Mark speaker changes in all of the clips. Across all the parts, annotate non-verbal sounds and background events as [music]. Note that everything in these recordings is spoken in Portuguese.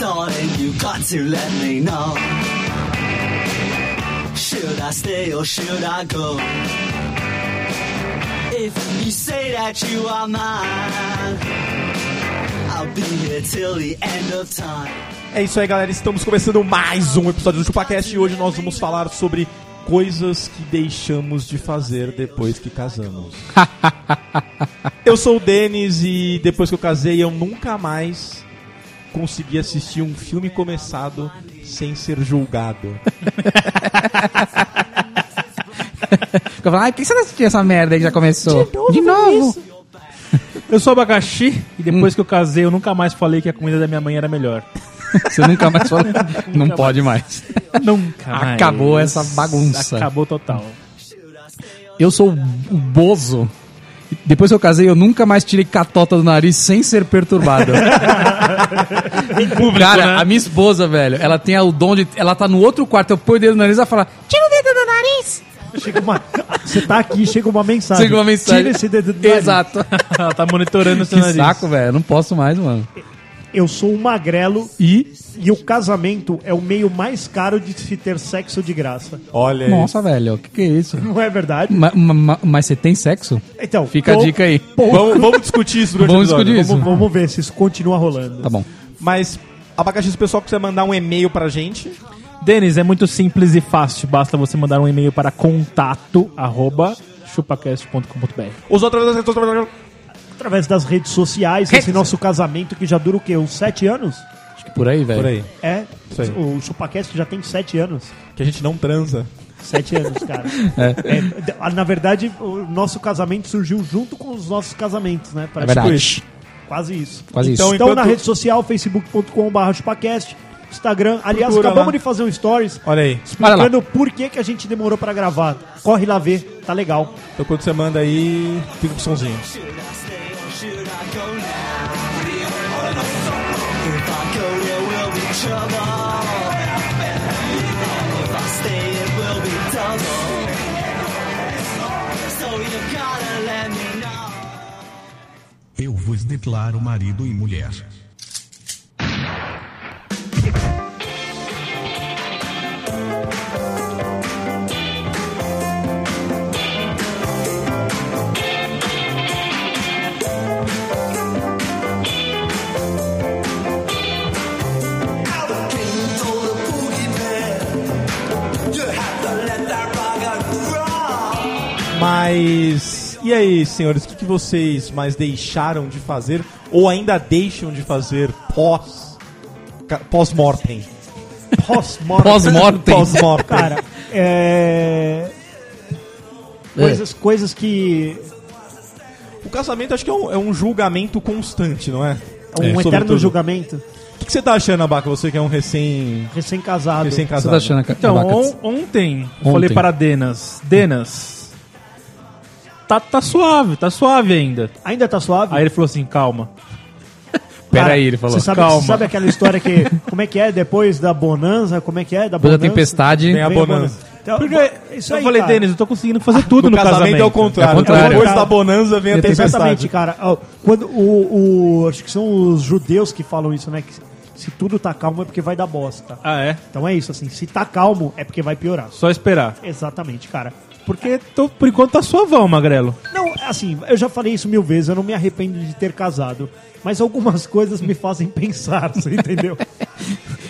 Speaker 1: Darling, you got to let me know. Should I stay or should I go? If you say that you are mine, I'll be here till the end of time.
Speaker 2: É isso aí, galera. Estamos começando mais um episódio do ChupaCast e hoje nós vamos falar sobre coisas que deixamos de fazer depois que
Speaker 3: [laughs]
Speaker 2: casamos. eu sou o Denis e depois que eu casei eu nunca mais consegui assistir um filme começado sem ser julgado.
Speaker 4: Fica falando, ai, por que você não assistiu essa merda que já começou? De novo? é
Speaker 3: Eu sou abacaxi e depois que eu casei eu nunca mais falei que a comida da minha mãe era
Speaker 2: [laughs]
Speaker 3: melhor.
Speaker 4: Você nunca mais falou. [laughs] não pode mais.
Speaker 3: Nunca mais.
Speaker 4: Acabou essa bagunça.
Speaker 3: Acabou total.
Speaker 4: Eu sou o Bozo. Depois que eu casei, eu nunca mais tirei catota do nariz sem ser perturbado. Cara,
Speaker 3: né?
Speaker 2: né?
Speaker 4: a minha esposa, velho, ela tem o dom de. Ela tá no outro quarto, eu ponho o dedo no nariz e ela fala: Tira o dedo do nariz!
Speaker 5: Chega uma... Você tá aqui, chega uma mensagem.
Speaker 4: Chega uma mensagem.
Speaker 5: Tira esse dedo do nariz.
Speaker 4: Exato.
Speaker 3: Ela tá monitorando o seu
Speaker 4: [laughs] Que
Speaker 3: nariz.
Speaker 4: saco, velho. eu Não posso mais, mano.
Speaker 5: Eu sou um magrelo
Speaker 4: E.
Speaker 5: e o casamento é o meio mais caro de se ter sexo de graça.
Speaker 2: Olha
Speaker 4: Nossa, velho, o que, que é isso?
Speaker 5: Não é verdade?
Speaker 4: Ma- ma- ma- mas você tem sexo?
Speaker 5: Então,
Speaker 4: Fica
Speaker 5: pou-
Speaker 4: a dica aí.
Speaker 2: isso. Vamos, vamos discutir isso durante
Speaker 4: Vamos
Speaker 2: o episódio.
Speaker 4: discutir isso.
Speaker 5: Vamos, vamos ver se isso continua rolando.
Speaker 4: Tá bom.
Speaker 2: Mas, abacaxi, se o pessoal quiser mandar um e-mail pra gente,
Speaker 3: Denis, é muito simples e fácil. Basta você mandar um e-mail para contato arroba chupacast.com.br.
Speaker 2: os outros... os outros-
Speaker 5: Através das redes sociais,
Speaker 4: Redes.
Speaker 5: esse nosso casamento que já dura o quê? Uns sete anos?
Speaker 4: Acho que por aí, velho.
Speaker 2: Por aí.
Speaker 5: É,
Speaker 2: aí.
Speaker 5: o ChupaCast já tem sete anos.
Speaker 2: Que a gente não transa.
Speaker 5: Sete anos,
Speaker 4: [laughs]
Speaker 5: cara. É, d- na verdade, o nosso casamento surgiu junto com os nossos casamentos, né?
Speaker 4: É
Speaker 5: Parece
Speaker 4: verdade.
Speaker 5: Quase isso.
Speaker 4: Quase
Speaker 2: Então,
Speaker 4: isso.
Speaker 5: Então,
Speaker 2: enquanto-
Speaker 5: na rede social, facebook.com.br chupacast, Instagram. Aliás,
Speaker 2: Procura lá.
Speaker 5: acabamos de fazer um stories
Speaker 2: Olha aí.
Speaker 4: Olha
Speaker 5: explicando por que, que a gente demorou pra gravar. Corre lá ver, tá legal.
Speaker 2: Então quando você manda aí, fica com o somzinho.
Speaker 1: Should I stay or should I go now? If I go, there will be trouble. If I stay, it will be double. So you gotta let me know.
Speaker 6: Eu vos declaro marido e mulher.
Speaker 2: Mas e aí, senhores, o que, que vocês mais deixaram de fazer ou ainda deixam de fazer pós ca- pós-mortem?
Speaker 5: Pós-morte.
Speaker 2: [laughs]
Speaker 4: Pós-mortem.
Speaker 2: Pós-mortem.
Speaker 5: Cara, é... Coisas, coisas que...
Speaker 2: o casamento acho que é um, é um julgamento constante, não é?
Speaker 5: é Um
Speaker 2: Sobre
Speaker 5: eterno
Speaker 2: tudo.
Speaker 5: julgamento.
Speaker 2: O que, que você tá achando, Abaca? Você que é um recém
Speaker 5: Recém-casado.
Speaker 2: recém
Speaker 4: Você
Speaker 2: casado.
Speaker 4: tá achando a
Speaker 3: Então,
Speaker 4: então,
Speaker 7: um
Speaker 3: on- ontem, eu
Speaker 4: Ontem.
Speaker 3: falei para Denas. Denas, tá, tá suave, tá suave ainda.
Speaker 5: Ainda tá suave?
Speaker 3: Aí ele falou assim, calma.
Speaker 4: [laughs] Pera
Speaker 5: Cara,
Speaker 4: aí, ele falou.
Speaker 5: Você sabe,
Speaker 3: Calma.
Speaker 5: você sabe aquela história que... Como é que é? Depois da bonança, como é que é? Da
Speaker 4: Depois da
Speaker 5: bonança.
Speaker 4: tempestade.
Speaker 2: Vem a
Speaker 5: Vem a
Speaker 2: bonança.
Speaker 5: bonança. Então,
Speaker 3: Porque
Speaker 5: isso
Speaker 3: eu
Speaker 5: aí,
Speaker 3: falei,
Speaker 5: cara.
Speaker 3: Denis, eu tô conseguindo fazer tudo no,
Speaker 2: No casamento, é o contrário.
Speaker 4: É o contrário.
Speaker 2: Depois da bonança vem a
Speaker 4: Depois-
Speaker 2: tempestade.
Speaker 5: Exatamente, cara. Ó, Quando o, o- Acho que são os judeus que falam isso, né? Que se tudo tá calmo é porque vai dar bosta.
Speaker 3: Ah, é?
Speaker 5: Então é isso, assim. Se tá calmo é porque vai piorar.
Speaker 3: Só esperar.
Speaker 5: Exatamente, cara.
Speaker 3: Porque tô, por enquanto tá suavão, Magrelo.
Speaker 5: Não, assim, eu já falei isso mil vezes, eu não me arrependo de ter casado. Mas algumas [laughs] coisas me fazem pensar, você entendeu?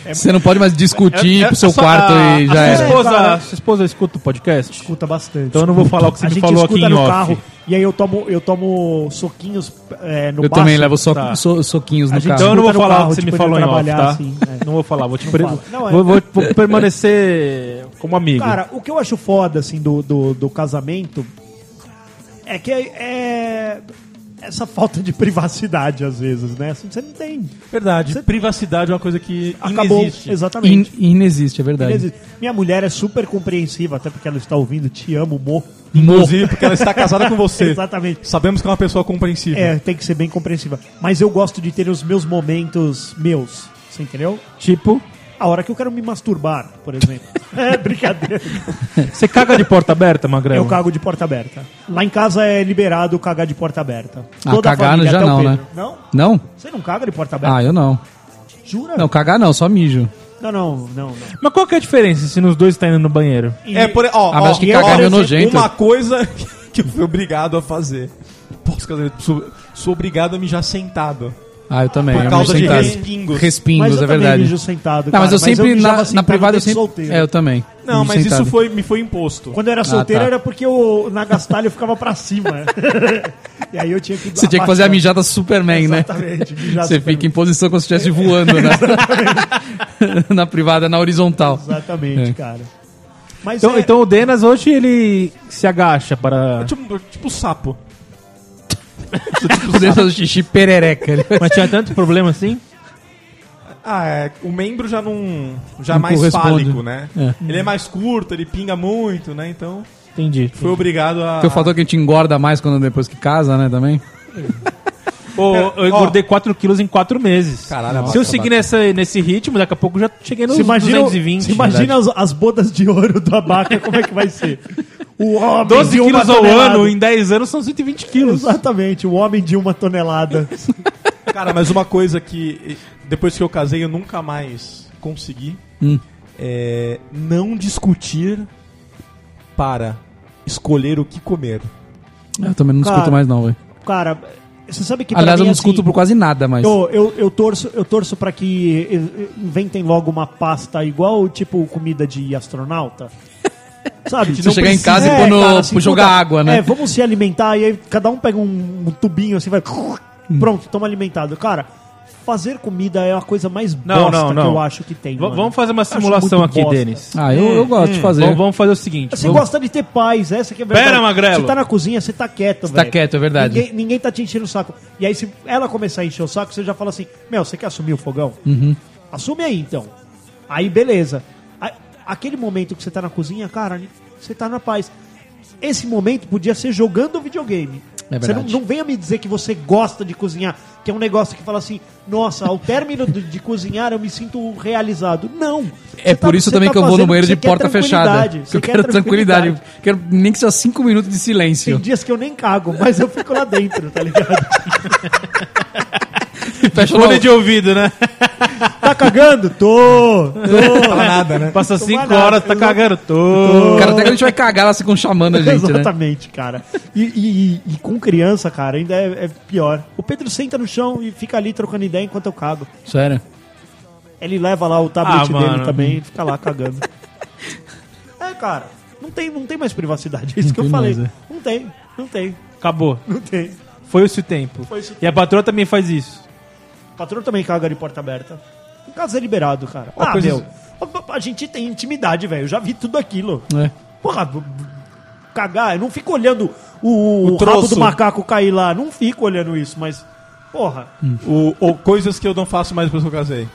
Speaker 4: Você não pode mais
Speaker 7: é-
Speaker 4: discutir
Speaker 5: É,
Speaker 4: pro Tipo, seu
Speaker 3: só-
Speaker 4: quarto
Speaker 3: a-
Speaker 4: e
Speaker 3: a
Speaker 4: já
Speaker 3: Sua
Speaker 4: era.
Speaker 3: esposa,
Speaker 5: Cara.
Speaker 3: sua esposa escuta o podcast?
Speaker 5: Escuta bastante.
Speaker 3: Então eu não vou falar o que você
Speaker 5: a
Speaker 3: me
Speaker 5: gente
Speaker 3: falou aqui
Speaker 5: escuta
Speaker 3: em
Speaker 5: no
Speaker 3: off.
Speaker 5: carro e aí eu tomo, eu tomo soquinhos é, no
Speaker 4: Eu também
Speaker 5: baço.
Speaker 4: levo so-
Speaker 3: Tá.
Speaker 4: so- soquinhos
Speaker 5: A
Speaker 4: no
Speaker 5: gente
Speaker 4: carro.
Speaker 3: Então eu não vou
Speaker 5: Escuta no
Speaker 3: falar
Speaker 5: carro,
Speaker 3: o que você me
Speaker 5: tipo, indo
Speaker 3: falou em off,
Speaker 5: trabalhar,
Speaker 3: tá? [laughs]
Speaker 5: assim, é.
Speaker 3: Não vou falar, vou te pre-
Speaker 5: fala. Não, é-
Speaker 3: vou, vou- vou permanecer como amigo.
Speaker 5: Cara, o que eu acho foda, assim, do, do, do casamento é que é, é- essa falta de privacidade às vezes, né? Assim, Você não tem.
Speaker 2: Verdade.
Speaker 5: Você-
Speaker 2: Privacidade é uma coisa que
Speaker 5: Acabou.
Speaker 2: inexiste.
Speaker 5: Exatamente.
Speaker 4: In- inexiste, é verdade.
Speaker 5: Inexiste. Minha mulher é super compreensiva, até porque ela está ouvindo Te Amo, Mo. [laughs]
Speaker 2: Inclusive, porque ela está casada com você.
Speaker 5: Exatamente.
Speaker 2: Sabemos que é uma pessoa compreensível.
Speaker 5: É, tem que ser bem compreensiva. Mas eu gosto de ter os meus momentos meus. Você entendeu?
Speaker 3: Tipo,
Speaker 5: A hora que eu quero me masturbar, por exemplo. [laughs] é, brincadeira.
Speaker 3: você caga de porta aberta, Magrelo?
Speaker 4: É.
Speaker 5: Eu É cago de porta aberta. Lá em casa é liberado cagar de porta aberta.
Speaker 4: Ah, cagar já
Speaker 5: até o
Speaker 4: não,
Speaker 5: Pedro.
Speaker 4: né?
Speaker 5: Não?
Speaker 4: Não?
Speaker 5: Você não caga de porta aberta?
Speaker 4: Ah, eu não.
Speaker 5: Jura?
Speaker 4: Não, cagar não, só mijo.
Speaker 5: Não, não, não. não.
Speaker 3: Mas qual que é a diferença se nos dois tá indo no banheiro?
Speaker 5: E-
Speaker 2: É, por, ó,
Speaker 4: Ah, mas
Speaker 2: ó,
Speaker 4: acho que
Speaker 2: e
Speaker 4: cagar
Speaker 2: ó,
Speaker 4: é meio
Speaker 2: uma
Speaker 4: nojento.
Speaker 2: Uma coisa [laughs] que eu fui obrigado a fazer. Posso dizer, sou, sou obrigado a mijar sentado.
Speaker 4: Ah, eu também.
Speaker 2: Por
Speaker 4: eu
Speaker 2: causa
Speaker 4: mijo
Speaker 2: de
Speaker 4: sentado.
Speaker 2: respingos.
Speaker 5: Mas
Speaker 4: Respingos,
Speaker 5: eu
Speaker 4: é
Speaker 5: também
Speaker 4: verdade.
Speaker 5: mijo sentado,
Speaker 4: não,
Speaker 5: cara,
Speaker 4: mas eu sempre,
Speaker 5: mijava
Speaker 4: na, na
Speaker 5: sentado
Speaker 4: privada, eu
Speaker 5: desde
Speaker 4: sempre...
Speaker 5: solteiro.
Speaker 4: É, eu também.
Speaker 2: Não,
Speaker 4: Mijo
Speaker 2: mas
Speaker 4: sentado.
Speaker 2: isso foi, me foi imposto.
Speaker 5: Quando eu era solteiro,
Speaker 4: tá.
Speaker 5: era porque eu, na gastalha eu ficava
Speaker 4: [laughs]
Speaker 5: pra cima. e aí eu tinha que...
Speaker 4: Você tinha que fazer a
Speaker 5: abaixar.
Speaker 4: mijada Superman, né?
Speaker 5: Exatamente, mijada
Speaker 4: Você
Speaker 5: Superman.
Speaker 4: fica em posição como se estivesse voando, né? [laughs] na privada, na horizontal. É.
Speaker 5: Exatamente, cara. Mas
Speaker 3: Então,
Speaker 5: é-
Speaker 3: então o Denas hoje ele se agacha para.
Speaker 2: Tipo, tipo sapo.
Speaker 4: Poderia fazer xixi perereca. ele-
Speaker 3: Mas tinha tanto problema assim?
Speaker 2: Ah, é, o membro já não. Já é
Speaker 4: Não
Speaker 2: mais
Speaker 4: corresponde.
Speaker 2: fálico, né? Ele é mais curto, ele pinga muito, né? Então,
Speaker 3: Entendi.
Speaker 2: fui obrigado a.
Speaker 4: Tem o fator que a gente engorda mais quando depois que casa, né, também.
Speaker 5: É,
Speaker 3: Pô, eu engordei 4 quilos em 4 meses.
Speaker 2: Caralho,
Speaker 3: Se eu
Speaker 2: abaixa,
Speaker 3: seguir nessa, nesse ritmo, daqui a pouco eu já cheguei nos
Speaker 5: Você imagina,
Speaker 3: 220.
Speaker 5: você imagina as, as bodas de ouro do abaca, como é que vai ser? O homem
Speaker 3: 12
Speaker 5: de uma
Speaker 3: quilos ao
Speaker 5: tonelada.
Speaker 3: ano, em 10 anos são 120 quilos.
Speaker 5: Exatamente, o homem de uma
Speaker 3: [laughs]
Speaker 5: tonelada.
Speaker 2: Cara, mas uma coisa que depois que eu casei eu nunca mais consegui
Speaker 4: Hum.
Speaker 2: é não discutir para escolher o que comer.
Speaker 4: Eu também não
Speaker 5: Cara,
Speaker 4: discuto mais, não, velho.
Speaker 5: Cara, você sabe que pra
Speaker 4: Aliás, eu
Speaker 5: mim,
Speaker 4: não discuto
Speaker 5: assim,
Speaker 4: por quase nada, mas.
Speaker 5: Eu, eu, eu torço, eu torço para que eh, inventem logo uma pasta igual, tipo, comida
Speaker 4: [laughs]
Speaker 5: de astronauta. Sabe? É,
Speaker 4: Você Tipo, chegar em casa e pôr no- pôr jogar
Speaker 5: puta,
Speaker 4: água, né?
Speaker 5: É, vamos se alimentar e aí cada um pega um, um tubinho assim, vai.
Speaker 4: Hum.
Speaker 5: Pronto, toma alimentado. Cara, fazer comida é a coisa mais
Speaker 3: Não,
Speaker 5: bosta
Speaker 3: não,
Speaker 5: que
Speaker 3: não.
Speaker 5: eu acho que tem.
Speaker 3: V-
Speaker 5: mano.
Speaker 3: vamos fazer uma
Speaker 5: Acho
Speaker 3: simulação
Speaker 5: muito
Speaker 3: aqui,
Speaker 5: bosta.
Speaker 3: Denis. Hum.
Speaker 4: Ah, eu, eu gosto de fazer.
Speaker 3: Vamos, vamos fazer o seguinte.
Speaker 5: Você
Speaker 3: vamos-
Speaker 5: gosta de ter paz, essa que é a verdade.
Speaker 3: Pera, Magrelo.
Speaker 5: Você tá na cozinha, você tá quieto, velho.
Speaker 4: tá quieto, é verdade.
Speaker 5: Ninguém, ninguém tá te enchendo o saco. E aí, se ela começar a encher o saco, você já fala assim, meu, você quer assumir o fogão?
Speaker 4: Uhum.
Speaker 5: Assume aí, então. Aí, beleza. A- aquele momento que você tá na cozinha, cara, você tá na paz. Esse momento podia ser jogando videogame.
Speaker 4: É
Speaker 5: você não,
Speaker 4: verdade.
Speaker 5: não venha me dizer que você gosta de cozinhar, que é um negócio que fala assim, nossa, ao término de, de cozinhar eu me sinto realizado. Não!
Speaker 4: É
Speaker 5: Você tá-
Speaker 4: por isso
Speaker 5: você
Speaker 4: também
Speaker 5: tá
Speaker 4: que eu vou no
Speaker 5: fazendo
Speaker 4: banheiro de
Speaker 5: porque você quer
Speaker 4: porta fechada.
Speaker 5: tranquilidade, é
Speaker 4: Porque
Speaker 5: você
Speaker 4: eu
Speaker 5: quer
Speaker 4: quero tranquilidade. Quero nem que seja cinco minutos de
Speaker 5: Tem
Speaker 4: silêncio.
Speaker 5: dias que eu nem cago, mas eu fico lá dentro, tá ligado?
Speaker 4: [laughs] Fecha
Speaker 3: Fone
Speaker 4: logo.
Speaker 3: de ouvido, né?
Speaker 5: Tá cagando? Tô! Tô!
Speaker 2: nada, né?
Speaker 3: Passa
Speaker 5: Tomar
Speaker 3: 5
Speaker 5: nada,
Speaker 3: horas, tá
Speaker 5: eu-
Speaker 3: cagando. Tô.
Speaker 4: O cara até que a gente vai cagar lá, ficam chamando a gente, né?
Speaker 5: Exatamente, cara. E, e- e- e com criança, cara, ainda é, é pior. O Pedro senta no chão e fica ali trocando ideia enquanto eu cago.
Speaker 4: Sério.
Speaker 5: Ele leva lá o tablet
Speaker 3: Ah,
Speaker 5: dele
Speaker 3: mano.
Speaker 5: também e fica
Speaker 4: [laughs]
Speaker 5: lá cagando. é, cara, não tem, não tem mais privacidade, é isso que eu
Speaker 4: tem
Speaker 5: falei.
Speaker 4: mais, é.
Speaker 5: Não tem, não tem,
Speaker 3: Acabou.
Speaker 5: não tem.
Speaker 3: Foi esse o tempo.
Speaker 5: Foi esse o
Speaker 3: E a patroa também faz isso.
Speaker 5: O patrão também caga de porta aberta. Em casa é liberado, cara.
Speaker 2: Ó,
Speaker 5: ah,
Speaker 2: coisas-
Speaker 5: meu, a, a gente tem intimidade, velho. Eu já vi tudo aquilo.
Speaker 4: É.
Speaker 5: Porra, b- b- cagar, eu não fico olhando o, o rabo
Speaker 2: troço.
Speaker 5: do macaco cair lá, não fico olhando isso, mas. Porra,
Speaker 2: O, o- coisas que eu não faço mais depois que eu casei.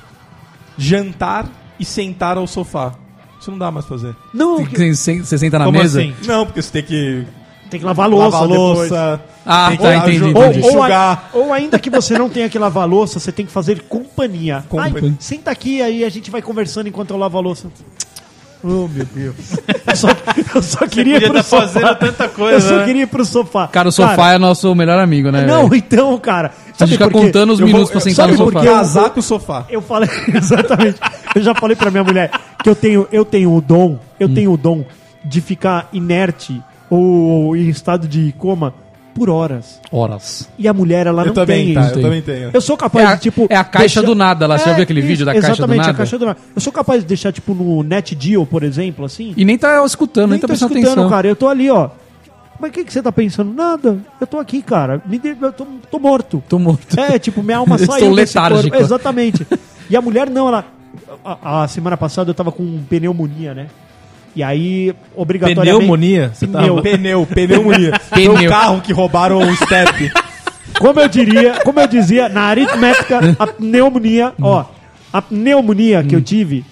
Speaker 2: Jantar e sentar ao sofá. Isso não dá mais pra fazer.
Speaker 5: não.
Speaker 4: Tem que- Você sen- você senta na
Speaker 3: Como
Speaker 4: mesa?
Speaker 3: assim?
Speaker 2: Não, porque você tem que
Speaker 5: Tem que lavar a louça,
Speaker 2: lavar a
Speaker 5: depois.
Speaker 2: louça, é.
Speaker 4: Ah,
Speaker 2: tem que
Speaker 4: tá,
Speaker 2: dar
Speaker 4: entendi,
Speaker 2: jo-
Speaker 4: entendi.
Speaker 5: Ou,
Speaker 4: de
Speaker 5: ou,
Speaker 2: enxugar.
Speaker 5: a- ou ainda que você não tenha que lavar a louça, você tem que fazer companhia. Ai,
Speaker 2: Companhia.
Speaker 5: senta aqui, aí a gente vai conversando enquanto eu lavo a louça. Oh, meu Deus. [laughs] Eu só, eu só queria ir
Speaker 3: podia
Speaker 5: pro
Speaker 3: tá
Speaker 5: sofá.
Speaker 3: fazendo tanta coisa,
Speaker 5: Eu só
Speaker 3: né?
Speaker 5: queria ir pro sofá.
Speaker 4: Cara, o sofá é nosso melhor amigo, né?
Speaker 5: Não,
Speaker 4: velho?
Speaker 5: então, cara.
Speaker 4: a gente fica
Speaker 5: por quê?
Speaker 4: contando os
Speaker 2: Eu
Speaker 4: minutos
Speaker 2: vou-
Speaker 4: pra sentar
Speaker 5: sabe
Speaker 4: no
Speaker 5: por
Speaker 4: sofá.
Speaker 5: quê?
Speaker 2: casar com o sofá.
Speaker 5: Eu falei, [laughs] exatamente. Eu já falei pra minha mulher que eu tenho, eu tenho o dom,
Speaker 4: Hum.
Speaker 5: eu tenho o dom de ficar inerte ou em estado de coma por horas.
Speaker 4: Horas.
Speaker 5: E a mulher, ela
Speaker 2: Eu
Speaker 5: não
Speaker 2: também,
Speaker 5: tem
Speaker 2: tá,
Speaker 5: isso.
Speaker 2: eu também tenho.
Speaker 5: Eu sou
Speaker 4: É
Speaker 5: capaz
Speaker 4: a,
Speaker 5: de, tipo.
Speaker 4: é a caixa
Speaker 5: deixar-
Speaker 4: do nada lá. Você
Speaker 5: É,
Speaker 4: já viu aquele
Speaker 5: isso,
Speaker 4: vídeo da caixa do
Speaker 5: exatamente,
Speaker 4: nada?
Speaker 5: a caixa do nada. Eu sou capaz de deixar, tipo, no Net Deal, por exemplo, assim.
Speaker 4: E nem tá escutando, nem
Speaker 5: nem
Speaker 4: tá
Speaker 5: tô
Speaker 4: prestando
Speaker 5: escutando,
Speaker 4: atenção.
Speaker 5: cara. Eu tô ali, ó. Mas o que, que você tá pensando? Nada. Eu tô aqui, cara. Me dê- eu tô, tô morto.
Speaker 4: Tô morto.
Speaker 5: É, tipo, minha
Speaker 4: [laughs]
Speaker 5: alma
Speaker 4: Eu
Speaker 5: saiu
Speaker 4: estou
Speaker 5: desse corpo.
Speaker 4: letárgico.
Speaker 5: Exatamente. E a mulher não, ela... A, a semana passada eu tava com pneumonia, né? E aí, obrigatoriamente...
Speaker 3: Pneumonia? Você
Speaker 5: Pneu.
Speaker 3: tava-
Speaker 4: [laughs]
Speaker 2: Pneu, pneumonia. um Foi
Speaker 4: Pneu.
Speaker 2: o carro que roubaram o step.
Speaker 5: Como eu diria, como eu dizia, na aritmética, a pneumonia, ó, a pneumonia
Speaker 4: Hum.
Speaker 5: que eu tive,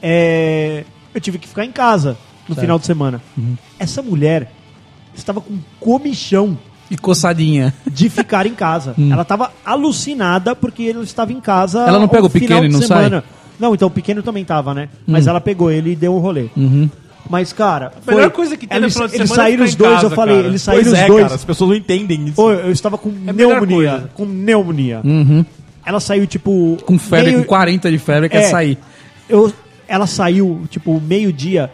Speaker 5: é, eu tive que ficar em casa no final de semana.
Speaker 4: Uhum.
Speaker 5: Essa mulher estava com comichão
Speaker 4: E coçadinha.
Speaker 5: de ficar em casa. Ela estava alucinada porque ele estava em casa.
Speaker 4: Hum. Ela não
Speaker 5: ao
Speaker 4: pega o pequeno
Speaker 5: final de
Speaker 4: e não sai? Hum.
Speaker 5: semana. Não, então o pequeno também tava, né? Mas ela pegou ele e deu um rolê.
Speaker 4: Uhum.
Speaker 5: Mas, cara,
Speaker 7: A melhor coisa que tem no
Speaker 5: eles,
Speaker 7: final de
Speaker 5: eles
Speaker 7: semana é
Speaker 5: saíram
Speaker 7: ficar
Speaker 5: os
Speaker 7: em
Speaker 5: dois, eu
Speaker 7: casa,
Speaker 5: falei,
Speaker 7: cara.
Speaker 5: eles saíram
Speaker 2: Pois
Speaker 5: os
Speaker 2: é,
Speaker 5: dois.
Speaker 2: cara, as pessoas não entendem isso.
Speaker 5: Ô, eu estava com
Speaker 7: É a melhor
Speaker 5: pneumonia.
Speaker 7: coisa.
Speaker 5: Com pneumonia. Ela saiu, tipo.
Speaker 4: Uhum. Com febre,
Speaker 5: meio-
Speaker 4: com 40 de febre,
Speaker 5: É.
Speaker 4: quer sair.
Speaker 5: eu, ela saiu, tipo, meio-dia.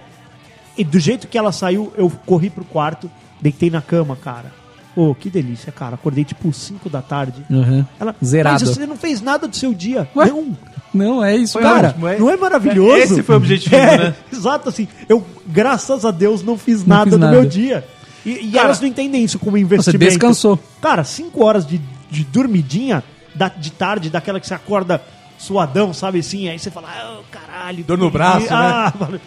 Speaker 5: E do jeito que ela saiu, eu corri pro quarto, deitei na cama, cara. Ô, que delícia, cara. Acordei, tipo, 5 da tarde.
Speaker 4: Uhum.
Speaker 5: Ela,
Speaker 4: Zerado.
Speaker 5: Mas você não fez nada do seu dia.
Speaker 4: Ué?
Speaker 5: Não.
Speaker 4: Não, é isso,
Speaker 5: Cara,
Speaker 4: cara.
Speaker 7: é-
Speaker 5: não é maravilhoso?
Speaker 7: Esse foi o objetivo,
Speaker 5: É,
Speaker 7: né?
Speaker 5: [laughs] Exato, assim. Eu, graças a Deus, não fiz
Speaker 4: Não
Speaker 5: nada
Speaker 4: fiz
Speaker 5: do
Speaker 4: nada.
Speaker 5: meu dia. E, e elas não entendem isso como investimento.
Speaker 4: descansou.
Speaker 5: Cara, cinco horas de, de dormidinha da- de tarde, daquela que você acorda suadão, sabe assim? Aí você fala, ah, caralho.
Speaker 2: Dor no
Speaker 5: dormi-
Speaker 2: braço,
Speaker 5: ah, [laughs] mano,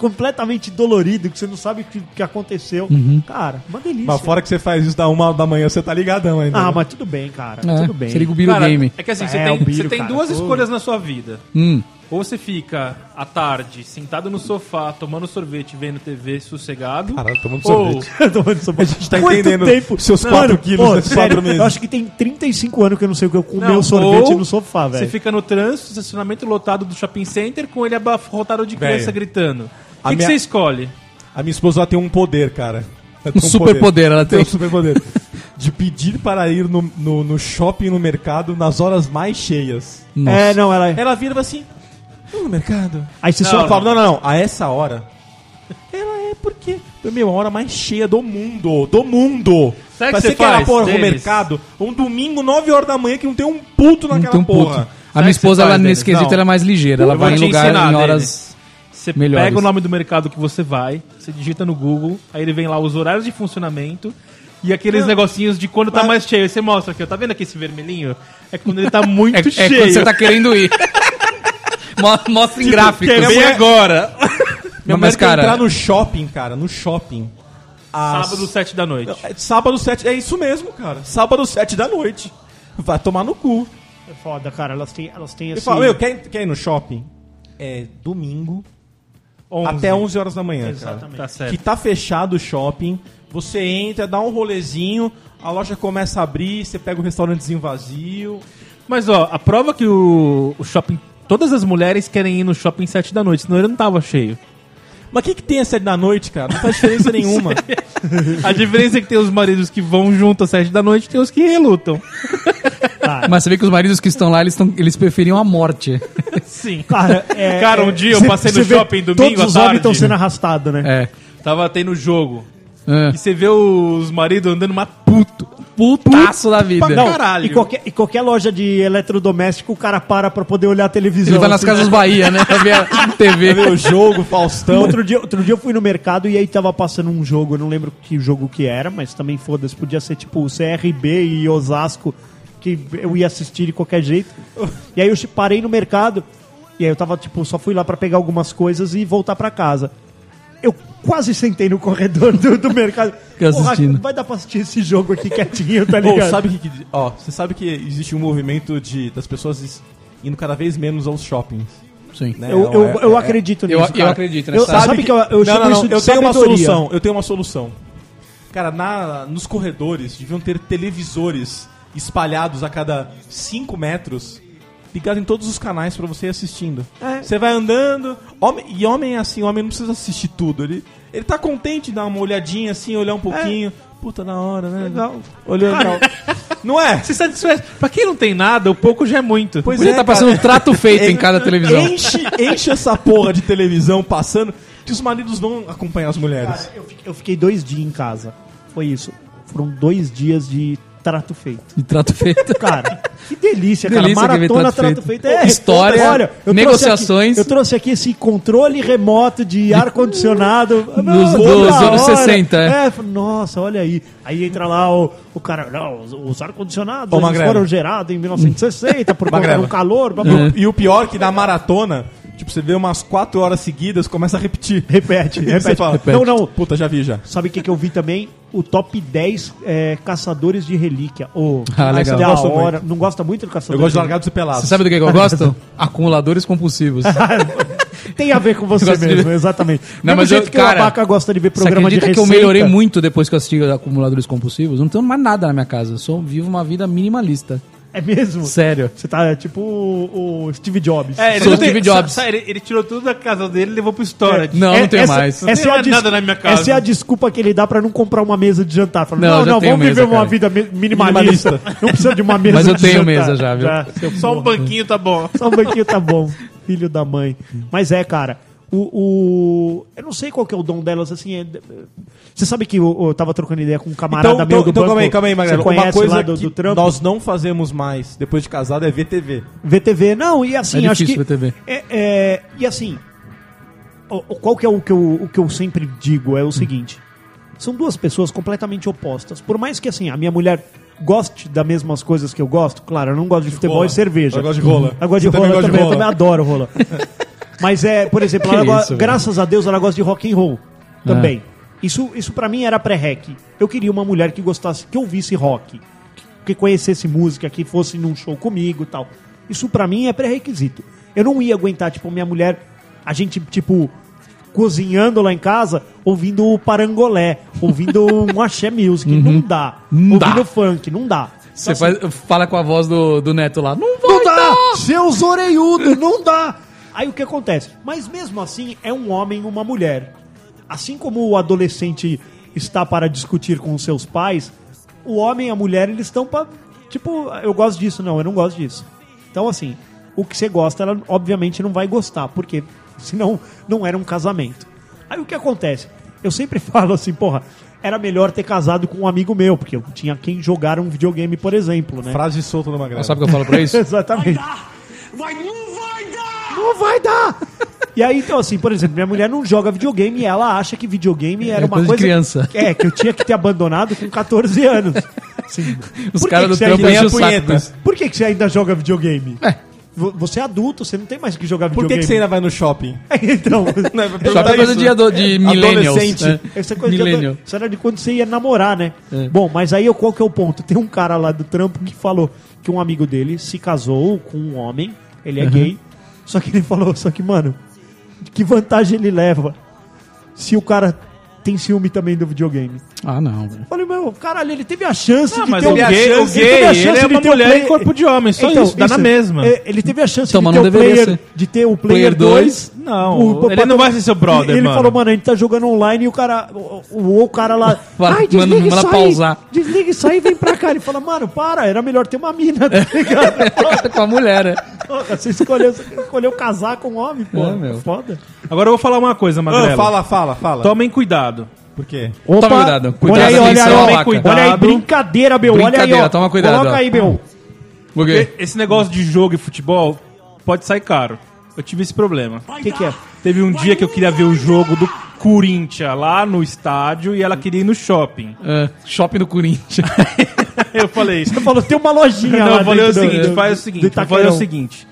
Speaker 5: completamente dolorido, que você não sabe o que, que aconteceu.
Speaker 4: Uhum.
Speaker 5: Cara, uma delícia.
Speaker 2: Mas fora que você faz isso da uma da manhã, você tá ligadão ainda.
Speaker 5: Ah,
Speaker 2: né?
Speaker 5: mas tudo bem, cara.
Speaker 4: É,
Speaker 5: Tudo bem.
Speaker 4: Você liga o Biro
Speaker 7: Cara,
Speaker 4: Game.
Speaker 7: É que assim, você
Speaker 5: É,
Speaker 7: tem,
Speaker 5: o Biro,
Speaker 7: você tem
Speaker 5: cara,
Speaker 7: duas
Speaker 5: pô.
Speaker 7: escolhas na sua vida.
Speaker 4: Hum.
Speaker 7: Ou você fica à tarde sentado no sofá, tomando sorvete, vendo TV sossegado.
Speaker 2: Caralho, tomando
Speaker 7: ou
Speaker 2: sorvete.
Speaker 5: [laughs] Tomando sopa.
Speaker 2: A gente tá entendendo seus
Speaker 5: Não,
Speaker 2: quatro
Speaker 5: mano,
Speaker 2: quilos
Speaker 5: pô,
Speaker 2: nesses
Speaker 5: sério,
Speaker 2: quatro meses.
Speaker 5: Eu acho que tem 35 anos que eu não sei o que eu comi
Speaker 7: Não,
Speaker 5: o sorvete
Speaker 7: ou
Speaker 5: no sofá,
Speaker 7: você
Speaker 5: velho.
Speaker 7: fica no trânsito, estacionamento lotado do shopping center, com ele abarrotado de
Speaker 2: Velho.
Speaker 7: criança gritando. O que,
Speaker 2: A
Speaker 7: que
Speaker 2: minha-
Speaker 7: você escolhe?
Speaker 2: A minha esposa ela tem um poder, cara. Ela tem
Speaker 4: superpoder, ela
Speaker 2: um
Speaker 4: tem.
Speaker 2: super [laughs] poder. De pedir para ir no, no, no shopping, no mercado, nas horas mais cheias.
Speaker 5: É, não, ela é.
Speaker 2: Ela vira e fala assim: "Vamos no mercado?
Speaker 5: Aí você
Speaker 2: Não,
Speaker 5: só
Speaker 2: não. Fala, não, não, não, a essa hora. Ela é porque, meu, a hora mais cheia do mundo, do mundo.
Speaker 7: Sabe o que
Speaker 2: Vai
Speaker 7: você
Speaker 2: ser que ela
Speaker 7: faz,
Speaker 2: porra, no
Speaker 7: Denis?
Speaker 2: mercado, um domingo, 9 horas da manhã, que não tem um puto naquela
Speaker 4: Então, puto.
Speaker 2: porra.
Speaker 4: A
Speaker 7: Sabe
Speaker 4: minha
Speaker 7: que você
Speaker 4: esposa, ela
Speaker 7: faz,
Speaker 4: nesse
Speaker 7: Denis?
Speaker 4: quesito,
Speaker 7: Não.
Speaker 4: ela é mais ligeira. Ela
Speaker 7: Eu
Speaker 4: vai
Speaker 7: vou
Speaker 4: em
Speaker 7: te
Speaker 4: lugar
Speaker 7: ensinar,
Speaker 4: em horas.
Speaker 7: Você
Speaker 4: Melhores.
Speaker 7: pega o nome do mercado que você vai, você digita no Google, aí ele vem lá os horários de funcionamento e aqueles negocinhos de quando tá mais cheio. Aí Você mostra aqui, ó, tá vendo aqui esse vermelhinho? É quando ele tá
Speaker 4: [laughs]
Speaker 7: muito
Speaker 4: É, é
Speaker 7: cheio.
Speaker 4: quando você tá querendo
Speaker 7: [laughs]
Speaker 4: ir. Mo- Mostra em gráficos.
Speaker 7: Quer ver agora.
Speaker 2: Minha
Speaker 4: Mas,
Speaker 2: mulher quer
Speaker 4: cara-
Speaker 2: entrar no shopping, cara, no shopping. às-
Speaker 7: Sábado, sete da noite.
Speaker 2: É, Sábado 7, é isso mesmo, cara. Sábado 7 da noite. Vai tomar no cu.
Speaker 5: É foda, cara. Elas têm, elas têm
Speaker 2: Eu
Speaker 5: assim.
Speaker 2: falo, meu, quer, quer ir no shopping? É domingo
Speaker 5: é,
Speaker 7: Onze.
Speaker 2: até 11 horas da manhã, cara.
Speaker 5: Exatamente.
Speaker 7: Tá certo.
Speaker 2: Que tá fechado o shopping, você entra, dá um rolezinho, a loja começa a abrir, você pega o restaurantezinho vazio.
Speaker 7: Mas ó, a prova que o, o shopping. Todas as mulheres querem ir no shopping sete da noite, senão ele não tava cheio.
Speaker 2: Mas o que, que tem às 7 da noite, cara? Não faz [laughs] diferença nenhuma.
Speaker 7: A diferença é que tem os maridos que vão junto às sete da noite e tem os que relutam.
Speaker 4: Mas você vê que os maridos que estão lá, eles, tão, eles preferiam a morte.
Speaker 7: Sim. [laughs]
Speaker 5: Cara, é,
Speaker 7: Cara, um dia eu
Speaker 5: cê-
Speaker 7: passei no
Speaker 5: cê vê
Speaker 7: shopping domingo
Speaker 5: Todos os
Speaker 7: à
Speaker 5: homens
Speaker 7: tarde.
Speaker 5: estão sendo arrastados, né?
Speaker 4: É.
Speaker 7: Tava tendo jogo.
Speaker 4: Ah.
Speaker 7: E você vê os maridos andando uma puto.
Speaker 4: Putaço da
Speaker 2: É,
Speaker 4: vida.
Speaker 5: Não,
Speaker 7: caralho.
Speaker 5: E qualquer, e qualquer loja de eletrodoméstico, o cara para pra poder olhar a televisão.
Speaker 4: Ele vai nas
Speaker 5: assim,
Speaker 4: Casas Bahia, né? Pra ver a TV.
Speaker 2: Vê o jogo, Faustão.
Speaker 5: Outro dia, outro dia eu fui no mercado e aí tava passando um jogo, eu não lembro que jogo que era, mas também foda-se, podia ser tipo CRB e Osasco, que eu ia assistir de qualquer jeito. E aí eu parei no mercado e aí eu tava tipo, só fui lá pra pegar algumas coisas e voltar pra casa. Eu quase sentei no corredor do, do mercado.
Speaker 4: Fiquei assistindo.
Speaker 5: vai dar pra assistir esse jogo aqui quietinho, tá
Speaker 2: Ou
Speaker 5: ligado?
Speaker 2: sabe o que, que- Ó, você sabe que existe um movimento de, das pessoas is- indo cada vez menos aos shoppings.
Speaker 4: Sim.
Speaker 2: né?
Speaker 5: Eu, eu,
Speaker 2: É-
Speaker 5: eu
Speaker 2: é-
Speaker 5: acredito
Speaker 4: Eu-
Speaker 5: nisso.
Speaker 4: eu acredito
Speaker 5: nisso.
Speaker 4: nessa-
Speaker 5: Sabe, que, eu, eu
Speaker 2: né? não,
Speaker 5: chamo
Speaker 2: não, não,
Speaker 5: isso de
Speaker 2: eu tenho uma
Speaker 5: sabedoria.
Speaker 2: solução. Eu tenho uma solução. Cara, na, nos corredores deviam ter televisores espalhados a cada 5 metros, ligados em todos os canais pra você ir assistindo. Você vai andando, homem, e homem é assim, homem não precisa assistir tudo. Ele, ele tá contente de dar uma olhadinha assim, olhar um pouquinho. Puta, na hora, né?
Speaker 5: Legal.
Speaker 2: Olhando. não é?
Speaker 7: Você satisfaz. Pra quem não tem nada, o pouco já é muito.
Speaker 2: Pois
Speaker 4: Podia
Speaker 2: é,
Speaker 4: tá
Speaker 2: cara.
Speaker 4: passando um
Speaker 5: [laughs]
Speaker 4: trato feito
Speaker 5: É,
Speaker 4: em cada televisão.
Speaker 2: Enche, enche essa porra de televisão passando que os maridos vão acompanhar as mulheres.
Speaker 5: Cara, eu, fi- eu fiquei dois dias em casa. Foi isso. Foram dois dias de trato feito.
Speaker 4: De trato feito. [laughs]
Speaker 5: Cara, que delícia, cara.
Speaker 4: Delícia que vem
Speaker 5: Maratona,
Speaker 4: trato
Speaker 5: trato
Speaker 4: feito.
Speaker 5: feito. É,
Speaker 4: História,
Speaker 5: eu
Speaker 4: negociações.
Speaker 5: Trouxe aqui, eu trouxe aqui esse controle
Speaker 4: [laughs]
Speaker 5: remoto de ar-condicionado. Ah, não,
Speaker 4: Dos-
Speaker 5: tá
Speaker 4: dos
Speaker 5: da
Speaker 4: anos
Speaker 5: hora.
Speaker 4: 60, é.
Speaker 5: É, falo, nossa, olha aí. Aí entra lá o, o cara, não, os, os ar-condicionados
Speaker 2: Ô,
Speaker 5: eles
Speaker 2: Magrelo.
Speaker 5: foram gerados em 1960 por conta
Speaker 2: Magrelo.
Speaker 4: É.
Speaker 5: do calor. blá, blá, blá.
Speaker 2: E o pior que na é maratona, tipo, Tipo, você vê umas quatro horas seguidas, começa a repetir.
Speaker 4: [laughs]
Speaker 5: Repete,
Speaker 2: Você
Speaker 5: repete.
Speaker 2: fala,
Speaker 5: Não, não.
Speaker 2: Puta, já vi já.
Speaker 5: Sabe o que, que eu vi também? O top 10 é, caçadores de relíquia. Oh,
Speaker 4: Ah, legal.
Speaker 5: Da
Speaker 2: Gosto
Speaker 5: hora. Não gosta muito do
Speaker 2: Eu
Speaker 5: caçador
Speaker 2: gosto de
Speaker 5: de
Speaker 2: largados e pelados.
Speaker 4: Você sabe do que, que eu gosto? Acumuladores compulsivos.
Speaker 5: Tem a
Speaker 4: [laughs]
Speaker 5: ver com você
Speaker 4: Eu gosto de
Speaker 5: mesmo,
Speaker 4: ver.
Speaker 5: exatamente.
Speaker 4: Não, mas
Speaker 5: Mesmo
Speaker 4: eu-
Speaker 5: jeito que
Speaker 4: cara,
Speaker 5: o Abaca gosta de ver
Speaker 4: Você
Speaker 5: programa de
Speaker 4: acredita
Speaker 5: receita.
Speaker 4: um que eu melhorei muito depois que eu assisti Acumuladores Compulsivos? Eu Não tenho mais nada na minha casa. Eu só vivo uma vida minimalista.
Speaker 5: É mesmo?
Speaker 4: Sério.
Speaker 5: Você tá é, tipo o o Steve Jobs.
Speaker 7: É, ele,
Speaker 4: Sou
Speaker 7: não tem-
Speaker 4: Steve Jobs.
Speaker 7: sa- sa- ele, ele tirou tudo da casa dele e levou pro storage.
Speaker 4: Não,
Speaker 5: É,
Speaker 4: não tenho
Speaker 5: essa-
Speaker 4: mais.
Speaker 5: Essa,
Speaker 7: Não
Speaker 5: é a
Speaker 7: tenho
Speaker 5: des-
Speaker 7: nada na minha casa.
Speaker 5: essa é a desculpa que ele dá pra não comprar uma mesa de jantar. Fala,
Speaker 4: Não,
Speaker 5: não,
Speaker 4: eu já
Speaker 5: não,
Speaker 4: tenho
Speaker 5: vamos
Speaker 4: mesa,
Speaker 5: viver uma
Speaker 4: cara.
Speaker 5: vida mi- minimalista. não precisa de uma mesa
Speaker 4: Mas eu
Speaker 5: de
Speaker 4: tenho
Speaker 5: jantar.
Speaker 4: mesa já, viu?
Speaker 5: seu
Speaker 7: Só um
Speaker 5: porra.
Speaker 7: banquinho tá bom.
Speaker 5: Só um banquinho tá bom, filho da mãe. Mas é, cara, o, o- Eu não sei qual que é o dom delas, assim. é- Você sabe que eu, eu tava trocando ideia com um camarada
Speaker 2: Então,
Speaker 5: meu
Speaker 2: então,
Speaker 5: do
Speaker 2: então
Speaker 5: banco.
Speaker 2: calma aí, calma aí, Magrelo.
Speaker 5: Você conhece
Speaker 2: Uma coisa
Speaker 5: lá do,
Speaker 2: que
Speaker 5: do trampo?
Speaker 2: nós não fazemos mais, depois de casado, é ver TV.
Speaker 5: VTV, não, e assim,
Speaker 4: É
Speaker 5: acho que...
Speaker 4: difícil VTV.
Speaker 5: É, é, e assim, o- o- qual que é o que, eu, o que eu sempre digo
Speaker 2: Hum.
Speaker 5: é o seguinte, são duas pessoas completamente opostas, por mais que assim, a minha mulher goste das mesmas coisas que eu gosto, claro, eu não gosto de futebol
Speaker 2: rola.
Speaker 5: e cerveja.
Speaker 2: Ela gosta de rola.
Speaker 5: Eu gosto de
Speaker 2: Você também
Speaker 5: rola
Speaker 2: gosta de
Speaker 5: também, eu
Speaker 2: rola?
Speaker 5: também adoro rola.
Speaker 2: [laughs]
Speaker 5: Mas é, por exemplo,
Speaker 4: Que
Speaker 5: ela gosta-
Speaker 4: isso, velho. É.
Speaker 5: graças a Deus ela gosta de rock and roll também. Isso, isso para mim era pré-rec. Eu queria uma mulher que gostasse, que ouvisse rock, que conhecesse música, que fosse num show comigo e tal. Isso pra mim é pré-requisito. Eu não ia aguentar, tipo, minha mulher, a gente, tipo, cozinhando lá em casa, ouvindo o parangolé, ouvindo um axé music. Não dá.
Speaker 4: Uhum. Não
Speaker 5: ouvindo
Speaker 4: dá.
Speaker 5: funk, não dá.
Speaker 4: Você
Speaker 5: Então,
Speaker 4: faz- fala com a voz do, do Neto lá. Não vai
Speaker 5: não dá!
Speaker 4: dar!
Speaker 5: Seus orelhudos, não dá! Aí o que acontece? Mas mesmo assim, é um homem e uma mulher. Assim como o adolescente está para discutir com os seus pais, o homem e a mulher, eles estão para. Tipo, eu gosto disso, não, eu não gosto disso. Então, assim, o que você gosta, ela obviamente não vai gostar, porque [laughs] senão não era um casamento. Aí o que acontece? Eu sempre [laughs] falo assim, porra, era melhor ter casado com um amigo meu, porque eu tinha quem jogar um videogame, por exemplo, né?
Speaker 2: Frase solta do Magrelo.
Speaker 4: Sabe o que eu falo pra isso?
Speaker 5: Exatamente. Não vai dar! [laughs] E aí, então, assim, por exemplo, minha mulher não joga videogame e ela acha que videogame era
Speaker 4: É
Speaker 5: uma
Speaker 4: coisa de
Speaker 5: coisa.
Speaker 4: criança.
Speaker 5: É, que eu tinha que ter abandonado com 14 anos. Assim,
Speaker 4: Os
Speaker 5: [laughs] por que
Speaker 4: caras
Speaker 5: que
Speaker 4: do
Speaker 5: você
Speaker 4: trampo
Speaker 5: ainda-
Speaker 4: enchem o saco.
Speaker 2: punhetas.
Speaker 4: né?
Speaker 5: Por que, que você ainda joga videogame? Vo- Você é adulto, você não tem mais que jogar
Speaker 2: Por que,
Speaker 5: videogame.
Speaker 2: que você ainda é vai no shopping?
Speaker 5: [laughs] então,
Speaker 4: Só pra é coisa de, ado- de millennials.
Speaker 2: Adolescente.
Speaker 4: né?
Speaker 5: essa é coisa de
Speaker 4: Millennial.
Speaker 5: adulto- isso era de quando você ia namorar, né?
Speaker 4: É.
Speaker 5: Bom, mas aí qual que é o ponto? [laughs] Tem um cara lá do trampo que falou que um amigo dele se casou com um homem, ele é gay, só que ele [laughs] falou, só que, mano, que vantagem ele leva se o cara tem ciúme também do videogame?
Speaker 4: Ah, não. velho.
Speaker 5: Falei, meu, caralho, ele teve a chance
Speaker 7: Não,
Speaker 5: de
Speaker 7: Ah, mas
Speaker 5: ter
Speaker 7: o gay, o
Speaker 5: ele teve
Speaker 7: gay
Speaker 5: a
Speaker 7: ele
Speaker 5: chance
Speaker 7: é
Speaker 5: de
Speaker 7: uma
Speaker 5: ter o
Speaker 7: mulher
Speaker 5: play-
Speaker 7: em corpo de homem, só
Speaker 5: Então,
Speaker 7: isso, dá na mesma.
Speaker 5: é, Ele teve a chance
Speaker 4: Então, mas
Speaker 5: de ter
Speaker 4: não
Speaker 5: o
Speaker 4: deveria
Speaker 5: player,
Speaker 4: ser.
Speaker 5: de ter o
Speaker 4: Player
Speaker 5: player
Speaker 4: dois,
Speaker 5: 2.
Speaker 7: não, ele não vai ser seu brother,
Speaker 5: Ele
Speaker 7: mano.
Speaker 5: falou, mano, a gente tá jogando online e o cara, o, o- o
Speaker 4: [laughs]
Speaker 5: cara lá,
Speaker 4: Fala,
Speaker 5: ai,
Speaker 4: manda-
Speaker 5: desliga
Speaker 4: manda
Speaker 5: isso aí,
Speaker 4: pausar."
Speaker 5: desliga isso aí, e vem pra cá. Ele fala, mano, para, era melhor ter uma mina, tá
Speaker 4: [laughs]
Speaker 5: ligado?
Speaker 4: com a mulher, né?
Speaker 5: Porra, você escolheu, você escolheu casar com um homem, pô,
Speaker 4: É, meu.
Speaker 5: foda.
Speaker 7: Agora eu vou falar uma coisa, Magrelo.
Speaker 2: Ah, fala, fala, fala.
Speaker 7: Tomem cuidado.
Speaker 2: Por quê?
Speaker 4: Toma
Speaker 5: Opa,
Speaker 4: Tá cuidado, cuidado,
Speaker 5: olha aí, olha aí,
Speaker 4: atenção,
Speaker 5: olha aí,
Speaker 4: vaca.
Speaker 5: cuidado. Olha aí, brincadeira, meu, olha aí,
Speaker 4: Brincadeira,
Speaker 5: ó.
Speaker 4: toma cuidado,
Speaker 5: Coloca
Speaker 4: ó.
Speaker 5: aí, meu.
Speaker 4: Por quê?
Speaker 7: Esse negócio de jogo e futebol pode sair caro. Eu tive esse problema.
Speaker 5: O que que é?
Speaker 7: Teve um dia que eu queria ver o jogo do Corinthians lá no estádio e ela queria ir
Speaker 5: [laughs]
Speaker 7: no shopping.
Speaker 4: Ah, shopping do Corinthians.
Speaker 7: Eu falei,
Speaker 5: Você falou, tem uma lojinha lá
Speaker 7: [laughs] não, eu falei o
Speaker 5: dentro do-
Speaker 7: seguinte,
Speaker 5: do-
Speaker 7: faz o
Speaker 5: do
Speaker 7: seguinte, eu falei o
Speaker 5: Itaquerão.
Speaker 7: seguinte.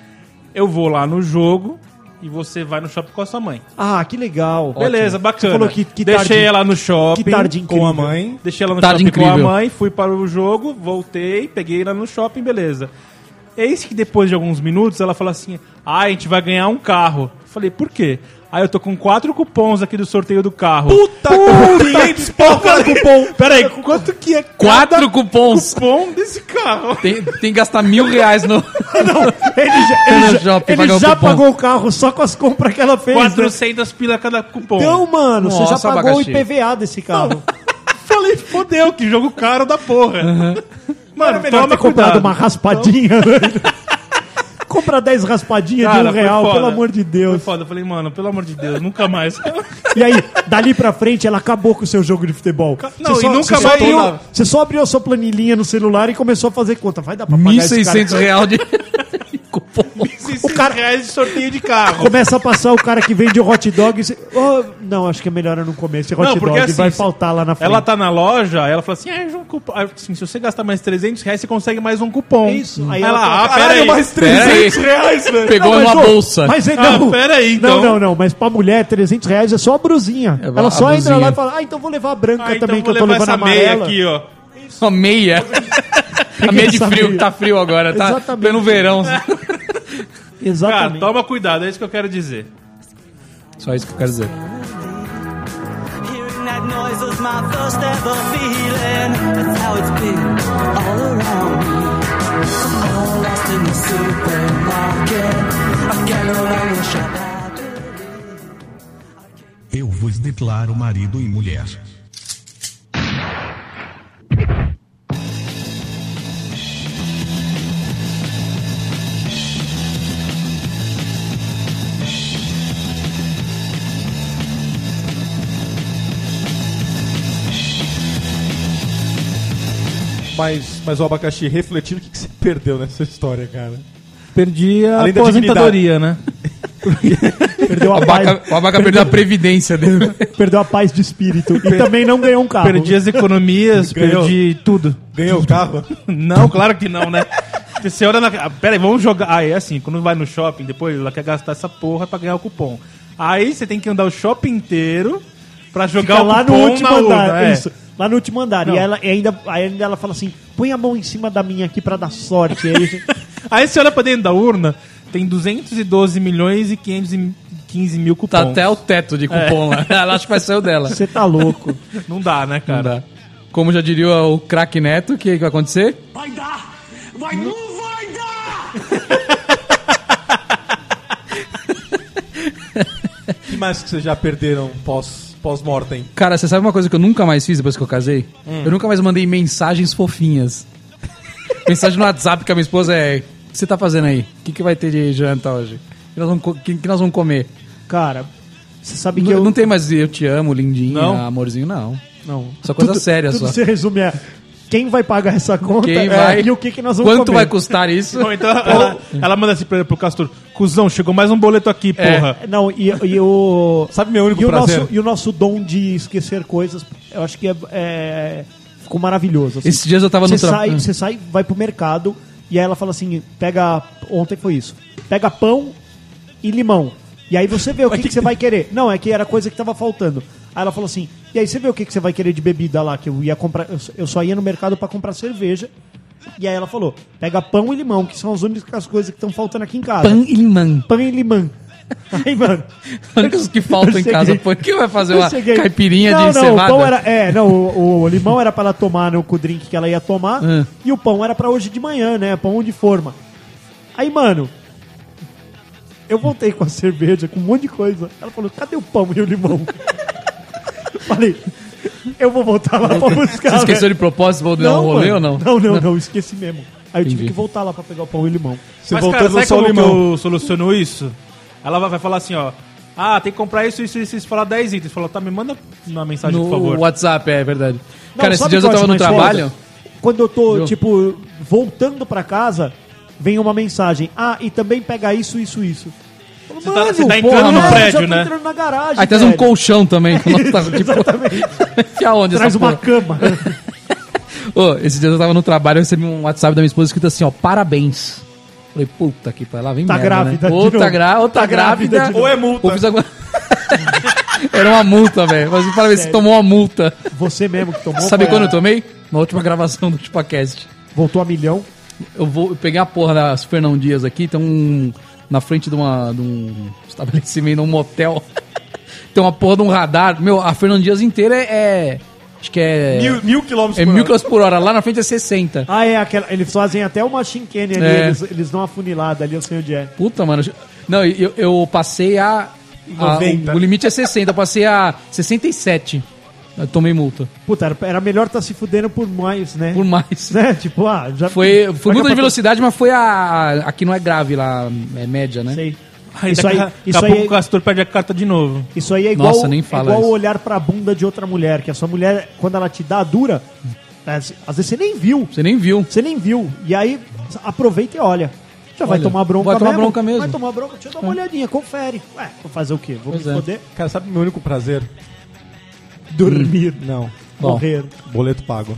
Speaker 7: Eu vou lá no jogo e você vai no shopping com a sua mãe.
Speaker 5: Ah, que legal.
Speaker 7: Beleza, bacana.
Speaker 5: Você falou que, que
Speaker 7: Deixei
Speaker 5: tarde-
Speaker 7: ela no shopping.
Speaker 5: que tarde
Speaker 2: Com a
Speaker 5: incrível.
Speaker 2: mãe.
Speaker 7: Deixei ela no
Speaker 4: Tarde
Speaker 7: shopping com a
Speaker 4: incrível.
Speaker 7: mãe, fui para o jogo, voltei, peguei ela no shopping, beleza. Eis que depois de alguns minutos ela fala assim: Ah, a gente vai ganhar um carro. Eu falei, por quê? Aí eu tô com quatro cupons aqui do sorteio do carro.
Speaker 2: Puta, com 500 poucos cupom.
Speaker 7: Peraí, quanto que Uh, é
Speaker 4: Quatro cupons.
Speaker 7: cupom desse carro?
Speaker 4: Tem, tem que gastar mil reais no. Tá
Speaker 5: Ele já,
Speaker 4: no
Speaker 5: ele já-
Speaker 4: shopping,
Speaker 5: ele
Speaker 4: pagar o
Speaker 5: já
Speaker 4: cupom.
Speaker 5: pagou o carro só com as compras que ela fez. né?
Speaker 7: 400 pila cada cupom.
Speaker 5: Então, mano, você já
Speaker 4: Nossa,
Speaker 5: pagou
Speaker 4: abacaxi.
Speaker 5: o IPVA desse carro.
Speaker 7: é falei, fodeu, que jogo caro da porra. Mano,
Speaker 5: Melhor ter comprado
Speaker 7: Então.
Speaker 5: uma raspadinha. né? [laughs] Compra 10 raspadinhas de um
Speaker 7: foi
Speaker 5: real,
Speaker 7: foda.
Speaker 5: pelo amor de
Speaker 7: Foi
Speaker 5: Deus.
Speaker 7: foda. Eu falei, mano, pelo amor de Deus, nunca mais.
Speaker 5: E aí, dali pra frente, ela acabou com o seu jogo de futebol.
Speaker 7: Não,
Speaker 5: Você
Speaker 7: e nunca
Speaker 5: você só
Speaker 7: mais
Speaker 5: abriu-
Speaker 7: eu-
Speaker 5: Você só abriu a sua planilhinha no celular e começou a fazer conta. Vai dar pra pagar esse cara.
Speaker 4: 1.600 reais de [laughs] cupom.
Speaker 7: o cara reais de sorteio de carro.
Speaker 5: Começa a passar o cara que vende hot dog e você... Oh, não, acho que é melhor eu não comer esse hot
Speaker 7: Não,
Speaker 5: dog.
Speaker 7: porque assim,
Speaker 5: vai faltar lá na frente.
Speaker 7: Ela tá na loja, ela fala assim: ah, eu cupom. Aí, Assim, se você gastar mais 300 reais, você consegue mais um cupom.
Speaker 5: Isso. Aí
Speaker 7: Aí ela,
Speaker 5: ela fala,
Speaker 7: ah, peraí.
Speaker 2: mais
Speaker 4: Pera aí.
Speaker 2: 300 reais, velho.
Speaker 4: É, Pegou
Speaker 5: Não, mas,
Speaker 4: uma
Speaker 5: ô,
Speaker 4: bolsa.
Speaker 5: Mas é,
Speaker 7: Ah,
Speaker 5: não.
Speaker 7: peraí, então.
Speaker 5: Não, não, não. Mas pra mulher, 300 reais é só a brusinha.
Speaker 4: É, a
Speaker 5: Ela só entra
Speaker 4: brusinha.
Speaker 5: lá e fala, ah, então vou levar a branca
Speaker 7: [laughs] Ah, então
Speaker 5: também,
Speaker 7: vou
Speaker 5: que eu tô
Speaker 7: levar
Speaker 5: levando a
Speaker 7: essa meia
Speaker 5: amarela.
Speaker 7: aqui, ó.
Speaker 4: Uma meia. A meia de
Speaker 5: Essa
Speaker 4: frio,
Speaker 5: meia.
Speaker 4: tá frio agora, tá?
Speaker 5: Exatamente.
Speaker 4: Pelo verão.
Speaker 7: Ah, Cara,
Speaker 5: Exatamente.
Speaker 7: toma cuidado, é isso que eu quero dizer.
Speaker 4: Só isso que eu quero dizer.
Speaker 1: Hearing that noise was my first ever feeling. That's how it's been all around me. I'm all lost in the supermarket. I can't remember shut out.
Speaker 6: Eu vos declaro marido e mulher.
Speaker 2: Mas, mas o abacaxi, refletindo, o que, que você perdeu nessa história, cara?
Speaker 3: Perdi a
Speaker 2: Além da
Speaker 3: aposentadoria, né?
Speaker 5: Perdeu,
Speaker 4: O
Speaker 5: a paz,
Speaker 4: abaca, o abaca perdeu a previdência
Speaker 5: [laughs]
Speaker 4: dele.
Speaker 5: perdeu a paz de espírito. E também não ganhou um carro.
Speaker 7: Perdi as economias,
Speaker 2: Ganhou.
Speaker 7: perdi tudo.
Speaker 2: Ganhou o carro?
Speaker 7: Não, claro que não, né? Porque Você olha na. Ah, Pera aí, vamos jogar. Ah, é assim, quando vai no shopping, depois ela quer gastar essa porra pra ganhar o cupom. Aí você tem que andar o shopping inteiro pra jogar
Speaker 5: Fica
Speaker 7: o
Speaker 5: lá no
Speaker 7: cupom
Speaker 5: último
Speaker 7: na
Speaker 5: andar.
Speaker 7: urna, é.
Speaker 5: Isso. Lá no último andar.
Speaker 7: Não.
Speaker 5: E ela e ainda, aí ainda ela fala assim: põe a mão em cima da minha aqui pra dar sorte. E aí,
Speaker 7: Aí você olha pra dentro da urna, tem 212 milhões e 515 mil
Speaker 4: Tá
Speaker 7: cupons.
Speaker 4: até o teto de cupom
Speaker 5: É.
Speaker 4: lá. Ela acha que vai sair o dela.
Speaker 5: [laughs] você tá louco.
Speaker 7: Não dá, né,
Speaker 4: Não
Speaker 7: cara?
Speaker 4: dá. Como já diria o craque Neto, o que que vai acontecer?
Speaker 1: Vai dar! Vai, não vai dar!
Speaker 2: O que mais que vocês já perderam pós- pós-mortem?
Speaker 4: Cara, você sabe uma coisa que eu nunca mais fiz depois que eu casei?
Speaker 5: Hum.
Speaker 4: Eu nunca mais mandei mensagens
Speaker 5: [laughs]
Speaker 4: fofinhas. Mensagem no WhatsApp que a minha esposa é: O que você tá fazendo aí? O que, que vai ter de janta hoje? O que nós vamos, co- que, que nós vamos comer?
Speaker 5: Cara, você sabe que
Speaker 4: Não,
Speaker 5: eu.
Speaker 4: não tem mais eu te amo, lindinho,
Speaker 7: Não?
Speaker 4: amorzinho, não.
Speaker 5: Não.
Speaker 4: Só coisa séria
Speaker 5: tudo
Speaker 4: só.
Speaker 5: se resume a quem vai pagar essa conta
Speaker 4: Quem
Speaker 5: é,
Speaker 4: vai?
Speaker 5: e o que, que nós vamos
Speaker 4: Quanto
Speaker 5: comer. é
Speaker 4: vai custar isso?
Speaker 7: Ou então ela, ela manda assim pra, pro Castor: Cusão, chegou mais um boleto aqui,
Speaker 4: É.
Speaker 7: porra.
Speaker 5: É, Não, e, e
Speaker 4: [laughs]
Speaker 5: o.
Speaker 2: Sabe meu único
Speaker 5: e o
Speaker 2: prazer?
Speaker 5: Nosso, e o nosso dom de esquecer coisas, eu acho que é. é- ficou maravilhoso. assim.
Speaker 4: Esses dias eu tava no
Speaker 5: Você
Speaker 4: tra-
Speaker 5: sai,
Speaker 4: Hum.
Speaker 5: Você sai, vai pro mercado, e aí ela fala assim: pega. Ontem foi isso. Pega pão e limão. E aí você vê o que, que você vai querer. Não, é que era coisa que tava faltando. Aí ela falou assim: e aí você vê o que, que você vai querer de bebida lá, que eu ia comprar. Eu só- eu só ia no mercado pra comprar cerveja. E aí ela falou: pega pão e limão, que são as únicas coisas que estão faltando aqui em casa.
Speaker 4: Pan e limão.
Speaker 5: Pão e limão. [laughs] Aí, mano.
Speaker 4: Os
Speaker 5: [laughs]
Speaker 4: que faltam
Speaker 5: Eu
Speaker 4: em casa.
Speaker 5: cheguei.
Speaker 4: Pô, que vai fazer
Speaker 5: eu
Speaker 4: uma
Speaker 5: cheguei-
Speaker 4: caipirinha
Speaker 5: não,
Speaker 4: de
Speaker 5: não, o
Speaker 4: cevada?
Speaker 5: pão era, É, não, o, o limão era pra ela tomar no com o drink que ela ia tomar.
Speaker 4: Hum.
Speaker 5: E o pão era pra hoje de manhã, né? Pão de forma. Aí, mano. Eu voltei com a cerveja, com um monte de coisa. Ela falou: cadê o pão e o limão? [laughs] Falei. Eu vou voltar lá pra buscar.
Speaker 4: Você esqueceu
Speaker 5: velho."
Speaker 4: de propósito, vou dar um rolê
Speaker 5: mano.
Speaker 4: ou não?
Speaker 5: Ah, Não, não, não, esqueci mesmo. Aí eu tive
Speaker 4: Entendi.
Speaker 5: que voltar lá pra pegar o pão e o limão.
Speaker 2: Você
Speaker 7: Mas,
Speaker 2: voltando
Speaker 7: cara,
Speaker 2: no
Speaker 7: sabe
Speaker 2: sol
Speaker 7: como que
Speaker 2: limão.
Speaker 7: eu soluciono isso? Ela vai, vai falar assim, ó. Ah, tem que comprar isso, isso, isso, isso. Fala 10 itens. Fala, tá, me manda uma mensagem,
Speaker 4: No
Speaker 7: por favor.
Speaker 4: WhatsApp, é verdade.
Speaker 5: Não,
Speaker 4: Cara, esses
Speaker 5: sabe é
Speaker 4: dias
Speaker 5: o
Speaker 4: eu
Speaker 5: que
Speaker 4: tava
Speaker 5: acho
Speaker 4: no
Speaker 5: mais foda?
Speaker 4: trabalho.
Speaker 5: Quando eu tô,
Speaker 4: Viu?
Speaker 5: tipo, voltando pra casa, vem uma mensagem. Ah, e também pega isso, isso, isso. Eu falo,
Speaker 7: Você tá-
Speaker 5: "Mano,
Speaker 7: você tá
Speaker 5: porra,
Speaker 7: entrando no
Speaker 5: velho,
Speaker 7: prédio,
Speaker 5: eu já tô
Speaker 7: né?"
Speaker 5: entrando na garagem,
Speaker 4: Aí traz um
Speaker 5: velho.
Speaker 4: colchão também. [laughs] que nós tava, tipo, [laughs] que aonde
Speaker 5: Traz
Speaker 4: essa
Speaker 5: uma
Speaker 4: porra?
Speaker 5: cama. [laughs]
Speaker 4: Ô, esses dias eu tava no trabalho, eu recebi um WhatsApp da minha esposa escrito assim, ó, parabéns. Falei, puta que pariu, lá vem
Speaker 5: Tá
Speaker 4: merda, né?
Speaker 5: grávida de
Speaker 4: Ou tá,
Speaker 5: novo.
Speaker 4: gra... ou tá,
Speaker 5: Tá grávida
Speaker 4: grávida,
Speaker 5: de novo.
Speaker 2: Ou é multa.
Speaker 4: Ou fiz alguma... [laughs] Era uma multa, velho. Mas parabéns, você tomou uma multa.
Speaker 5: Você mesmo que tomou.
Speaker 4: Sabe
Speaker 5: foi
Speaker 4: quando
Speaker 5: a-
Speaker 4: eu tomei? Na última gravação do Chupacast.
Speaker 5: Voltou a milhão.
Speaker 4: Eu vou eu peguei a porra da Fernão Dias aqui, tem um. Na frente de, uma, de um estabelecimento, um motel. [laughs] tem uma porra de um radar. Meu, a Fernão Dias inteira é. é- acho que é.
Speaker 2: Mil, mil quilômetros
Speaker 4: é mil quilômetros por hora. Lá na frente é 60.
Speaker 5: Ah, é aquela. Eles fazem até uma chinquene ali.
Speaker 4: É.
Speaker 5: Eles, eles dão uma funilada ali, eu sei onde é.
Speaker 4: Puta, mano. Não, eu, eu passei a. a-
Speaker 2: 90.
Speaker 4: o, o limite é 60, eu passei a 67. Eu tomei multa.
Speaker 5: Puta, era, era melhor tá se fudendo por mais, né?
Speaker 4: Por mais.
Speaker 5: [laughs] Né? Tipo, ah, já.
Speaker 4: Foi, foi
Speaker 5: Vai
Speaker 4: multa de
Speaker 5: capaz-
Speaker 4: velocidade, mas foi a. Aqui não é grave lá, é média, né?
Speaker 5: Sei.
Speaker 7: Aí
Speaker 5: Isso
Speaker 7: daqui-
Speaker 5: aí,
Speaker 7: daqui
Speaker 5: isso
Speaker 7: a pouco o
Speaker 5: aí
Speaker 7: Castor perde a carta de novo.
Speaker 5: Isso aí é igual,
Speaker 4: Nossa, nem fala
Speaker 5: é igual
Speaker 4: isso.
Speaker 5: olhar pra bunda de outra mulher, que a sua mulher, quando ela te dá a dura, é, às às vezes você nem viu.
Speaker 4: Você nem viu.
Speaker 5: Você nem viu. E aí aproveita e olha. Já vai
Speaker 4: Olha,
Speaker 5: tomar bronca
Speaker 4: vai tomar
Speaker 5: mesmo.
Speaker 4: bronca mesmo. É.
Speaker 5: Vai tomar bronca, deixa eu dar uma olhadinha, confere. Ué, vou fazer o quê? Vou
Speaker 4: Pois
Speaker 5: me
Speaker 4: é.
Speaker 5: foder?
Speaker 2: Cara, sabe meu único prazer?
Speaker 5: Dormir.
Speaker 2: Não.
Speaker 4: Bom.
Speaker 5: Morrer.
Speaker 2: Boleto pago.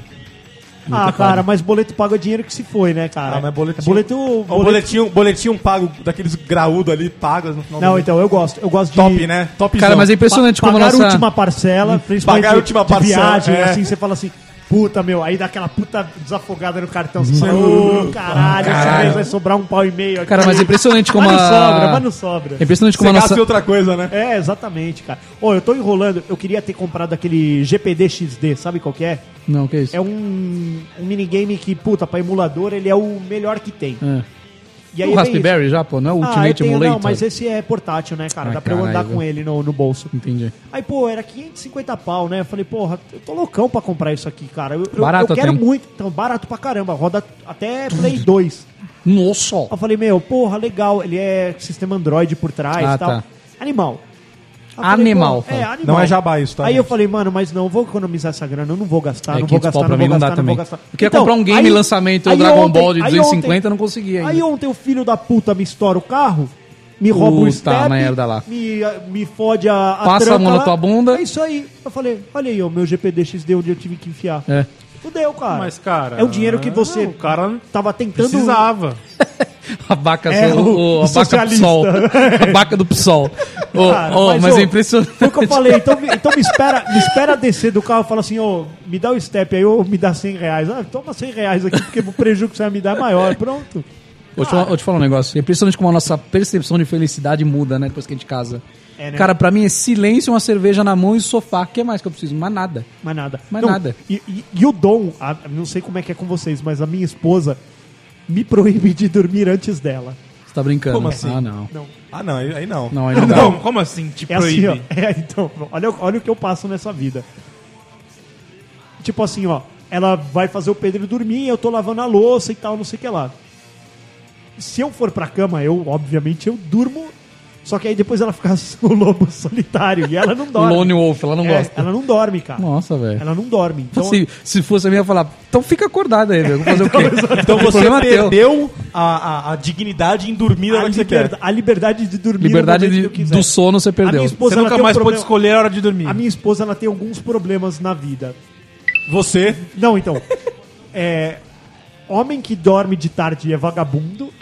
Speaker 5: Ah, cara, mas boleto pago é dinheiro que se foi, né, cara?
Speaker 2: Ah, mas boletim-
Speaker 5: Boleto.
Speaker 2: O
Speaker 5: boleto-
Speaker 2: boletinho, boletinho pago, daqueles graúdo ali, pagas no final
Speaker 5: Não,
Speaker 2: mês.
Speaker 5: então eu gosto. Eu gosto de.
Speaker 2: Top, né? Top
Speaker 4: Cara, mas é impressionante
Speaker 5: pa-
Speaker 4: como a
Speaker 5: pagar
Speaker 4: nossa...
Speaker 5: a última parcela, principalmente
Speaker 2: Pagar a última
Speaker 5: de viagem,
Speaker 2: parcela, é.
Speaker 5: assim, você fala assim, puta, meu, aí dá aquela puta desafogada no cartão, assim, você fala, "Ô, caralho, esse mês vai sobrar um pau e meio aqui."
Speaker 4: Cara, mas é impressionante como
Speaker 5: Mas não
Speaker 4: a-
Speaker 5: sobra, mas não sobra.
Speaker 4: É impressionante como
Speaker 2: Você
Speaker 4: a
Speaker 2: gasta
Speaker 4: nossa...
Speaker 2: em outra coisa, né?
Speaker 5: É, exatamente, cara. Ô, eu tô enrolando, eu queria ter comprado aquele GPD XD, sabe qual que é?
Speaker 4: Não, que isso?
Speaker 5: É um, um minigame que, puta, pra emulador ele é o melhor que tem.
Speaker 4: É.
Speaker 5: E
Speaker 4: o
Speaker 5: vem
Speaker 4: Raspberry já, pô, não é o
Speaker 5: isso. Ah, eu
Speaker 4: Ultimate
Speaker 5: tenho,
Speaker 4: Emulator?
Speaker 5: não, mas esse é portátil, né, cara?
Speaker 4: Ah,
Speaker 5: Dá pra eu
Speaker 4: caralho,
Speaker 5: andar com
Speaker 4: velho.
Speaker 5: ele no, no bolso.
Speaker 4: Entendi.
Speaker 5: Aí, pô, era 550 pau, né? Eu falei, porra, eu tô loucão pra comprar isso aqui, cara. Eu, eu-
Speaker 4: Barato
Speaker 5: eu quero
Speaker 4: até, hein?
Speaker 5: muito. Então, barato pra caramba. Roda até Play 2.
Speaker 4: Nossa!
Speaker 5: Eu falei, meu, porra, legal. Ele é sistema Android por trás e
Speaker 4: Ah,
Speaker 5: tal.
Speaker 4: tá.
Speaker 5: Animal. Aí eu
Speaker 4: Animal,
Speaker 5: pô,
Speaker 4: fala.
Speaker 5: é, animal.
Speaker 2: Não é jabá isso, tá,
Speaker 5: Aí eu
Speaker 2: gente?
Speaker 5: falei, mano, mas não, eu vou economizar essa grana, eu não vou gastar,
Speaker 4: É,
Speaker 5: não vou
Speaker 4: 500 pau
Speaker 5: gastar,
Speaker 4: pra
Speaker 5: não
Speaker 4: mim
Speaker 5: vou
Speaker 4: não dá
Speaker 5: gastar, não vou
Speaker 4: também.
Speaker 5: gastar. Então,
Speaker 4: Eu queria comprar um game lançamento, o
Speaker 5: aí
Speaker 4: Dragon Ball de
Speaker 5: aí
Speaker 4: 250, eu não consegui ainda.
Speaker 5: Aí ontem o filho da puta me estoura o carro, me rouba o
Speaker 4: Puta
Speaker 5: step,
Speaker 4: merda lá.
Speaker 5: Me, eh, me fode a, a
Speaker 4: Passa a
Speaker 5: tranca
Speaker 4: mão na
Speaker 5: lá.
Speaker 4: tua bunda.
Speaker 5: É isso aí. Eu falei, olha aí, o meu GPD-XD onde eu tive que enfiar.
Speaker 4: É.
Speaker 5: Fudeu, cara.
Speaker 7: Mas, cara,
Speaker 5: É o dinheiro que você
Speaker 7: o cara
Speaker 5: tava tentando...
Speaker 7: Precisava.
Speaker 4: A vaca,
Speaker 5: É,
Speaker 4: sol-
Speaker 5: o-
Speaker 4: o- a vaca
Speaker 5: o
Speaker 4: do
Speaker 5: socialista.
Speaker 4: PSOL. A vaca do
Speaker 5: [laughs]
Speaker 4: PSOL. Ô,
Speaker 5: Cara,
Speaker 4: ô, mas
Speaker 5: ô,
Speaker 4: é impressionante.
Speaker 5: Foi o que eu falei. Então, me- então me, espera, me espera descer do carro e fala assim: ô, me dá o step aí ou me dá 100 reais. Ah, toma 100 reais aqui porque o prejuízo que você vai me dar é maior. Pronto.
Speaker 4: Vou te, falar, vou te falar um negócio. É impressionante como a nossa percepção de felicidade muda, né? Depois que a gente casa.
Speaker 5: É, né?
Speaker 4: Cara, pra mim é silêncio, uma cerveja na mão e sofá. O que mais que eu preciso? Mais nada.
Speaker 5: Mas nada.
Speaker 4: Mas
Speaker 5: Não,
Speaker 4: nada.
Speaker 5: E, e- e o Dom, a- não sei como é que é com vocês, mas a minha esposa me proíbe de dormir antes dela.
Speaker 4: Você tá brincando.
Speaker 2: Como assim?
Speaker 4: Ah, não.
Speaker 5: Não.
Speaker 2: Ah, não, aí aí não.
Speaker 4: Não,
Speaker 5: [laughs]
Speaker 4: aí não dá.
Speaker 7: Como, como assim te
Speaker 5: É assim,
Speaker 7: proíbe?
Speaker 5: ó. [laughs] É, então, olha, olha o que eu passo nessa vida. Tipo assim, ó. Ela vai fazer o Pedro dormir, eu tô lavando a louça e tal, não sei o que lá. Se eu for pra cama, eu, obviamente, eu durmo. Só que aí depois ela fica [laughs] o lobo solitário e ela não dorme.
Speaker 4: Lone Wolf, ela não
Speaker 5: É,
Speaker 4: gosta. é. Tipo
Speaker 5: Ela não dorme, cara.
Speaker 4: Nossa, velho.
Speaker 5: Ela não dorme. Então,
Speaker 4: se, se fosse a minha, eu ia falar, então fica acordado aí, velho. Vou
Speaker 5: [laughs]
Speaker 4: fazer o quê?
Speaker 2: Então
Speaker 4: O
Speaker 2: você
Speaker 4: problema é teu.
Speaker 2: perdeu a, a, a dignidade em dormir na
Speaker 7: Ah,
Speaker 5: a,
Speaker 2: hora que você
Speaker 7: é
Speaker 5: liberda-
Speaker 2: quer.
Speaker 5: a liberdade de dormir. no
Speaker 4: Liberdade
Speaker 5: momento
Speaker 4: de-
Speaker 5: que eu quiser.
Speaker 4: do sono você
Speaker 5: A minha
Speaker 4: perdeu.
Speaker 5: esposa
Speaker 7: Você
Speaker 5: ela
Speaker 7: nunca
Speaker 5: tem um
Speaker 7: mais pode
Speaker 5: problema-
Speaker 7: escolher a hora de dormir.
Speaker 5: A minha esposa ela tem alguns problemas na vida.
Speaker 2: Você,
Speaker 5: Não, então. é, homem que dorme de tarde é vagabundo.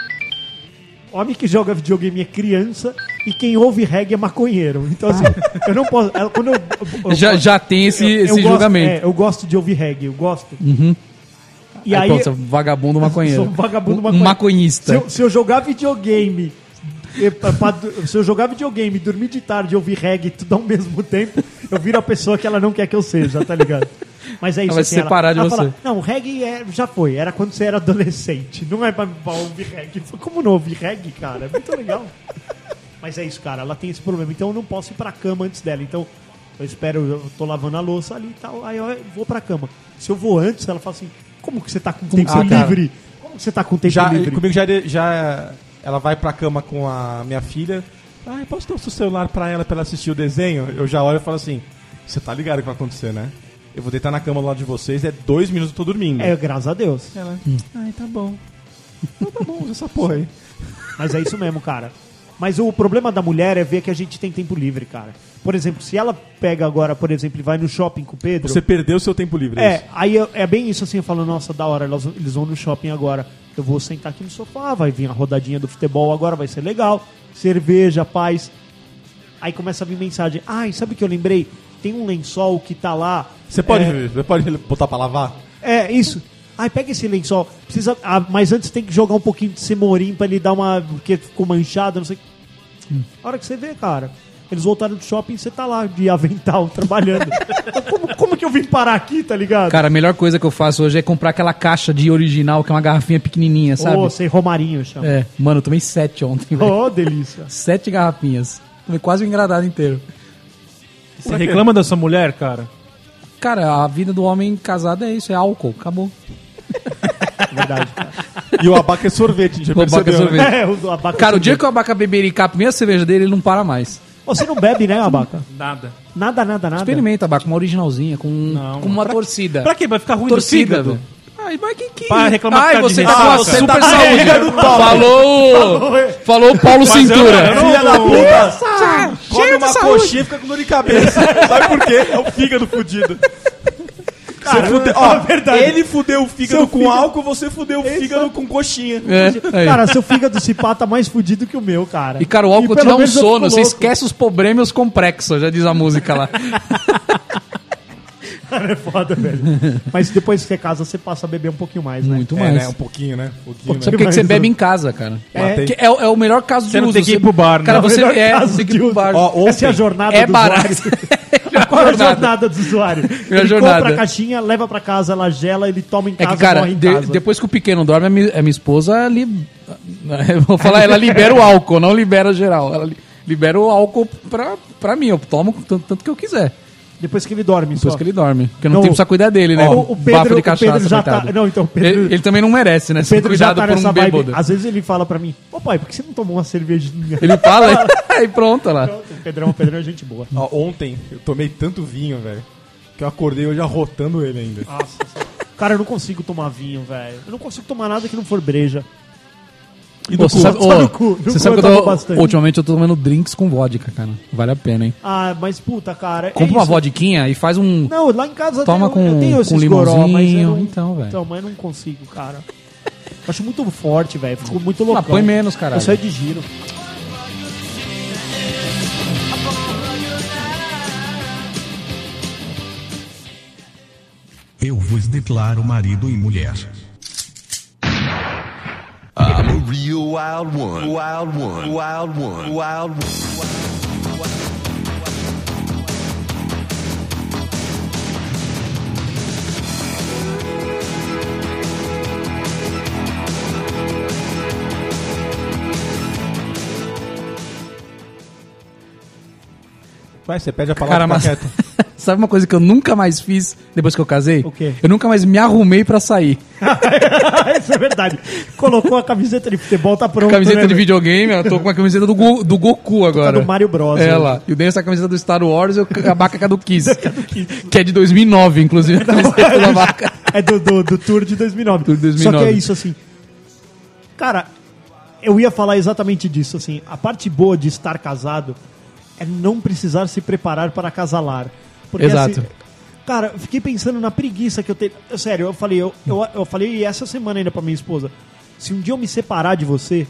Speaker 5: Homem que joga videogame é criança. E quem ouve reggae é maconheiro. Então, assim, eu não posso. ela- quando eu, eu- eu-
Speaker 4: Já, já tem esse,
Speaker 5: eu
Speaker 4: esse
Speaker 5: gosto-
Speaker 4: julgamento. Uhum.
Speaker 5: é, eu gosto de ouvir reggae, eu gosto. E aí.
Speaker 4: pronto, você é um vagabundo maconheiro.
Speaker 5: [laughs] Sou um vagabundo
Speaker 4: Um
Speaker 5: maconheiro.
Speaker 4: maconhista.
Speaker 5: se, eu, se eu jogar videogame. e pra- pra du- se eu jogar videogame, dormir de tarde e ouvir reggae tudo ao mesmo tempo, eu viro a pessoa que ela não quer que eu seja, tá ligado? Mas é isso.
Speaker 4: vai se separar de
Speaker 5: ela
Speaker 4: você.
Speaker 5: fala, não, reggae é- já foi, era quando você era adolescente. Não é pra, pra ouvir reggae. Eu falo, Como não ouvir reggae, cara? É muito legal. Mas é isso, cara. Ela tem esse problema. Então eu não posso ir pra cama antes dela. Então eu espero, eu tô lavando a louça ali e tal. Aí eu vou pra cama. Se eu vou antes, ela fala assim: Como que você tá com tempo
Speaker 2: você tá?
Speaker 5: livre? Como que você tá com tempo
Speaker 2: já,
Speaker 5: livre?
Speaker 2: comigo já, é de- já. Ela vai pra cama com a minha filha. Ai, posso ter o seu celular pra ela pra ela assistir o desenho? Eu já olho e falo assim: você tá ligado o que vai acontecer, né? Eu vou deitar na cama do lado de vocês, é dois minutos eu tô dormindo.
Speaker 5: É, graças a Deus.
Speaker 2: Ela, ai, tá bom. Então tá bom, usa essa porra aí.
Speaker 5: Mas é isso mesmo, cara. Mas o problema da mulher é ver que a gente tem tempo livre, cara. Por exemplo, se ela pega agora, por exemplo, e vai no shopping com o Pedro.
Speaker 2: Você perdeu seu tempo livre.
Speaker 5: É, aí eu- é bem isso assim, eu falo, nossa, da hora, elas- eles vão no shopping agora. Eu vou sentar aqui no sofá, vai vir a rodadinha do futebol agora, vai ser legal. Cerveja, paz. Aí começa a vir mensagem. Ai, sabe o que eu lembrei? Tem um lençol que tá lá.
Speaker 2: Você pode,
Speaker 5: É,
Speaker 2: você pode [laughs] botar pra lavar?
Speaker 5: é, isso. Ai, pega esse lençol. Precisa, ah, mas antes tem que jogar um pouquinho de semorim pra ele dar uma. Porque ficou manchado, não sei.
Speaker 4: Hum.
Speaker 5: A hora que você vê, cara. Eles voltaram do shopping e você tá lá de avental [laughs] trabalhando. Então, como, como que eu vim parar aqui, tá ligado?
Speaker 4: Cara, a melhor coisa que eu faço hoje é comprar aquela caixa de original, que é uma garrafinha pequenininha, sabe?
Speaker 5: Ô, sei Romarinho, chama.
Speaker 4: É, mano, eu tomei sete ontem, velho.
Speaker 5: Ô, delícia.
Speaker 4: Sete garrafinhas. Tomei quase o engradado inteiro.
Speaker 7: Você reclama da sua mulher, cara?
Speaker 4: Cara, a vida do homem casado é isso, é álcool, acabou. [laughs]
Speaker 5: é Verdade, cara.
Speaker 2: E o abaca é sorvete, a [laughs] gente já
Speaker 4: O abaca é
Speaker 2: percebeu, né?
Speaker 4: sorvete.
Speaker 5: É, o
Speaker 4: [laughs]
Speaker 5: abaca.
Speaker 4: Cara, o dia que o abaca beber e capa a primeira cerveja dele, ele não para mais.
Speaker 5: Você não bebe, né, abaca?
Speaker 7: Nada.
Speaker 5: Nada, nada, nada.
Speaker 4: Experimenta, abaca, uma originalzinha, com, um, com uma torcida.
Speaker 7: Pra quê? Vai ficar ruim
Speaker 4: torcida,
Speaker 7: do
Speaker 4: velho.
Speaker 7: fígado?
Speaker 4: Ai, mas que que...
Speaker 7: Para reclamar
Speaker 4: Ai,
Speaker 7: por causa
Speaker 4: você
Speaker 7: de
Speaker 4: tá com uma
Speaker 7: mim. Ah, você
Speaker 4: super
Speaker 2: tá
Speaker 4: saúde.
Speaker 2: carregando pau.
Speaker 4: Falou... Falou o Paulo
Speaker 7: Mas eu-
Speaker 4: Cintura.
Speaker 7: eu não-
Speaker 2: Filha da puta! Come
Speaker 4: Cheio de
Speaker 2: uma
Speaker 4: saúde.
Speaker 2: [laughs] coxinha e fica com dor de cabeça. Sabe por quê? É o fígado fudido. Você fude- ó,
Speaker 5: fala a verdade.
Speaker 2: ele fudeu o fígado
Speaker 5: Seu
Speaker 2: com
Speaker 5: fígado-
Speaker 2: álcool, você fudeu o fígado com coxinha.
Speaker 4: É, aí.
Speaker 5: Cara, seu fígado se pá tá mais fudido que o meu, cara.
Speaker 4: E, cara, o álcool te
Speaker 5: pelo
Speaker 4: dá um
Speaker 5: menos eu fico
Speaker 4: sono. Você
Speaker 5: louco.
Speaker 4: esquece os problemas complexos, já diz a música lá.
Speaker 5: [laughs] Cara, é foda, velho. Mas depois que você casa, você passa a beber um pouquinho mais, né?
Speaker 4: Muito mais.
Speaker 2: Um pouquinho, né? Um pouquinho,
Speaker 4: Sabe por que que você bebe em casa, cara?
Speaker 5: É.
Speaker 4: Que É, o- é o melhor caso de
Speaker 7: Você não
Speaker 4: uso.
Speaker 7: tem que ir pro bar, né?
Speaker 4: Cara,
Speaker 7: É o
Speaker 4: você
Speaker 5: melhor
Speaker 4: é,
Speaker 5: caso
Speaker 4: você tem que
Speaker 5: de
Speaker 4: ir pro
Speaker 5: uso.
Speaker 4: bar.
Speaker 2: Ó, ontem-
Speaker 5: Essa é a jornada
Speaker 4: é
Speaker 5: do
Speaker 4: barato. [laughs]
Speaker 5: usuário.
Speaker 4: Já
Speaker 5: [laughs] Qual é a
Speaker 4: acordado.
Speaker 5: jornada do usuário?
Speaker 4: [laughs]
Speaker 5: Ele
Speaker 4: jornada.
Speaker 5: compra a caixinha, leva pra casa, lagela, ele toma em
Speaker 4: É
Speaker 5: casa,
Speaker 4: que, cara,
Speaker 5: morre em
Speaker 4: de-
Speaker 5: casa.
Speaker 4: depois que o pequeno dorme, a mi- a minha, esposa. Li... Eu [laughs] vou falar, ela libera o álcool, não libera geral. Ela li- libera o álcool pra, pra mim. Eu tomo tanto, tanto que eu quiser.
Speaker 5: Depois que ele dorme,
Speaker 4: Depois
Speaker 5: só.
Speaker 4: que ele dorme. Porque eu não,
Speaker 5: Não,
Speaker 4: tenho pra cuidar dele, né?
Speaker 5: o-
Speaker 4: Com
Speaker 5: o Pedro-
Speaker 4: bafo
Speaker 5: o
Speaker 4: de cachaça,
Speaker 5: Pedro já tá-
Speaker 4: coitado.
Speaker 5: não, então, o Pedro-
Speaker 4: ele, ele também não merece, né? Ser
Speaker 5: Pedro já
Speaker 4: cuidado
Speaker 5: tá
Speaker 4: por um
Speaker 5: nessa vibe.
Speaker 4: bêbado.
Speaker 5: Às vezes ele fala pra mim, ô pai, por que você não tomou uma cervejinha? [laughs]
Speaker 4: Ele fala [laughs] e pronto lá.
Speaker 5: O Pedrão, o Pedrão é gente boa.
Speaker 2: Ó, ontem eu tomei tanto vinho, velho, que eu acordei hoje arrotando ele ainda.
Speaker 5: Nossa, cara, eu não consigo tomar vinho, velho. Eu não consigo tomar nada que não for breja.
Speaker 4: E
Speaker 5: no
Speaker 4: você
Speaker 5: cu?
Speaker 4: sabe,
Speaker 5: Só
Speaker 4: ô,
Speaker 5: no cu. No
Speaker 4: você
Speaker 5: cu
Speaker 4: sabe
Speaker 5: eu
Speaker 4: que eu
Speaker 5: tomo
Speaker 4: tô,
Speaker 5: bastante.
Speaker 4: ultimamente eu tô tomando drinks com vodka, cara. Vale a pena, hein?
Speaker 5: Ah, mas puta, cara. é
Speaker 4: Compra uma
Speaker 5: isso.
Speaker 4: vodquinha e faz um...
Speaker 5: Não, lá em casa
Speaker 4: Toma
Speaker 5: eu tenho- eu
Speaker 4: com-
Speaker 5: tenho
Speaker 4: com
Speaker 5: esses goró, mas eu
Speaker 4: limãozinho,
Speaker 5: não,
Speaker 4: então, velho.
Speaker 5: Então, mas eu não consigo, cara. Eu Acho muito forte, velho. Fico muito
Speaker 4: Ah,
Speaker 5: louco.
Speaker 4: põe menos, caralho.
Speaker 5: Eu saio de giro. [laughs]
Speaker 6: Eu vos declaro marido e mulher.
Speaker 8: I'm a real wild one. Wild one. Wild one. Wild one.
Speaker 2: Vai, você pede a palavra
Speaker 4: Cara,
Speaker 2: pra
Speaker 4: mas...
Speaker 2: quieto.
Speaker 4: [laughs] Sabe uma coisa que eu nunca mais fiz depois que eu casei?
Speaker 5: O quê?
Speaker 4: Eu nunca mais me arrumei pra sair.
Speaker 5: Isso é verdade. Colocou a camiseta de futebol, tá pronto.
Speaker 4: camiseta
Speaker 5: né,
Speaker 4: de
Speaker 5: velho?
Speaker 4: videogame, eu tô com a camiseta do, Go- do Goku agora.
Speaker 5: Tá do Mario Bros,
Speaker 4: É
Speaker 5: né?
Speaker 4: lá. E eu dei essa camiseta do Star Wars e eu abaca com a do
Speaker 5: [laughs]
Speaker 4: Kiss. que é de 2009, inclusive, a
Speaker 5: Tá
Speaker 4: camiseta da vaca.
Speaker 5: É do, do, do Tour de 2009.
Speaker 4: Tour de
Speaker 5: Só
Speaker 4: 2009.
Speaker 5: que é isso, assim. Cara, eu ia falar exatamente disso, assim. A parte boa de estar casado é não precisar se preparar para casalar. Porque,
Speaker 4: Exato.
Speaker 5: assim, cara, eu fiquei pensando na preguiça que eu tenho. Eu, Sério, eu falei, eu, eu, eu falei essa semana ainda pra minha esposa. Se um dia eu me separar de você,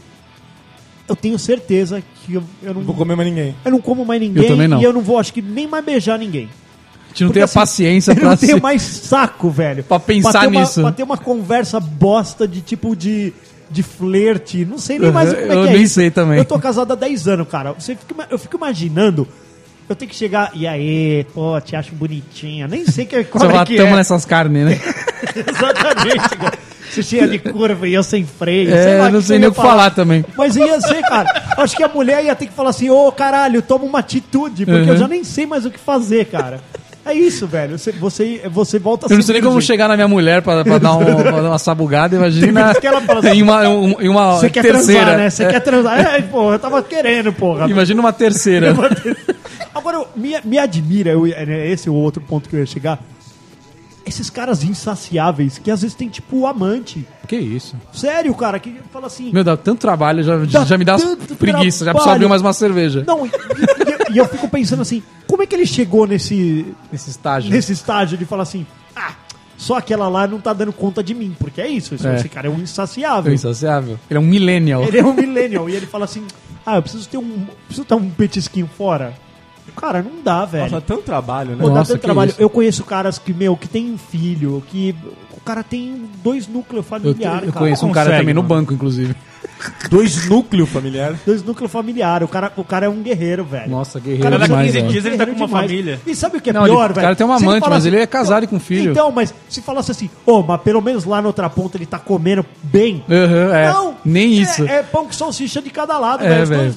Speaker 5: eu tenho certeza que eu, eu não
Speaker 2: Não vou comer mais ninguém.
Speaker 5: Eu não como mais ninguém
Speaker 4: também não.
Speaker 5: e eu não vou, acho que nem mais beijar ninguém.
Speaker 4: A gente não
Speaker 5: Porque,
Speaker 4: tem a
Speaker 5: assim,
Speaker 4: paciência
Speaker 5: Eu
Speaker 4: pra
Speaker 5: não tenho
Speaker 4: se-
Speaker 5: mais saco, velho.
Speaker 4: Pra pensar
Speaker 5: ter uma-
Speaker 4: nisso.
Speaker 5: Pra ter uma conversa bosta de tipo de, de flerte. Não sei nem
Speaker 4: Uhum,
Speaker 5: mais como é
Speaker 4: eu
Speaker 5: que é
Speaker 4: nem
Speaker 5: isso.
Speaker 4: sei também.
Speaker 5: Eu tô casado há 10 anos, cara. Você fica ima- eu fico imaginando. Eu tenho que chegar. E aí, pô, te acho bonitinha. Nem sei que,
Speaker 4: Você
Speaker 5: qual é
Speaker 4: fala,
Speaker 5: que
Speaker 4: tamo
Speaker 5: é.
Speaker 4: nessas carnes, né?
Speaker 5: [laughs] Exatamente, cara. Você cheia de curva e eu sem freio.
Speaker 4: É,
Speaker 5: lá
Speaker 4: eu não
Speaker 5: que
Speaker 4: sei
Speaker 5: você
Speaker 4: nem
Speaker 5: ia
Speaker 4: o que falar também.
Speaker 5: Mas ia ser, cara. Acho que a mulher ia ter que falar assim: ô caralho, toma uma atitude, porque
Speaker 4: Uhum.
Speaker 5: eu já nem sei mais o que fazer, cara. É isso, velho. Você, você, você volta a
Speaker 4: Eu não
Speaker 5: ser
Speaker 4: sei nem como
Speaker 5: virgem.
Speaker 4: chegar na minha mulher pra, pra dar, um- pra dar uma sabugada, imagina.
Speaker 5: vezes que ela fala assim,
Speaker 4: em uma, um- em uma
Speaker 5: Você quer
Speaker 4: terceira.
Speaker 5: transar, né? Você
Speaker 4: É,
Speaker 5: quer transar. É, porra, eu tava querendo, porra.
Speaker 4: Imagina uma terceira.
Speaker 5: Agora, eu- me, me admira, eu, é, esse é o outro ponto que eu ia chegar. Esses caras insaciáveis que às vezes tem tipo o amante.
Speaker 4: que isso?
Speaker 5: Sério, cara, que fala assim.
Speaker 4: Meu, dá tanto trabalho, já,
Speaker 5: Dá
Speaker 4: já me dá
Speaker 5: tanto
Speaker 4: preguiça, já preciso
Speaker 5: trabalho.
Speaker 4: abrir mais uma cerveja.
Speaker 5: Não, e, e- e eu fico pensando assim, como é que ele chegou nesse,
Speaker 4: Nesse estágio.
Speaker 5: nesse estágio de falar assim, ah, só aquela lá não tá dando conta de mim, porque é isso, esse,
Speaker 4: É.
Speaker 5: esse cara é um
Speaker 4: É
Speaker 5: insaciável.
Speaker 4: insaciável. Ele é um millennial.
Speaker 5: Ele é um millennial e ele fala assim, ah, eu preciso ter um, preciso dar um petisquinho fora. Cara, não dá, velho.
Speaker 2: Nossa, tanto trabalho, né?
Speaker 5: Pô, dá
Speaker 4: Nossa,
Speaker 5: tanto
Speaker 4: que
Speaker 5: trabalho.
Speaker 4: isso.
Speaker 5: Eu conheço caras que, meu, que tem um filho, que o cara tem dois núcleos
Speaker 4: Eu,
Speaker 5: familiares,
Speaker 4: eu
Speaker 5: cara.
Speaker 4: conheço um cara
Speaker 7: Consegue,
Speaker 4: também no
Speaker 7: mano.
Speaker 4: banco, inclusive.
Speaker 2: Dois núcleos familiares.
Speaker 5: Dois núcleos familiares. O cara, o cara é um guerreiro, velho.
Speaker 4: Nossa, guerreiro
Speaker 5: Cada
Speaker 4: demais,
Speaker 7: 15
Speaker 4: velho.
Speaker 7: dias ele tá com uma
Speaker 5: Guerreiro
Speaker 7: família.
Speaker 5: É E sabe o que é
Speaker 4: Não, ele-
Speaker 5: pior,
Speaker 4: o
Speaker 5: velho?
Speaker 4: cara tem um
Speaker 5: Se
Speaker 4: amante,
Speaker 5: falasse-
Speaker 4: mas ele é casado e com filho.
Speaker 5: Então, mas se falasse assim, ô, mas pelo menos lá na outra ponta ele tá comendo bem.
Speaker 4: Aham, é. Nem
Speaker 5: é-
Speaker 4: isso.
Speaker 5: É pão com salsicha de cada lado,
Speaker 4: É,
Speaker 5: Os
Speaker 4: velho.
Speaker 5: dois-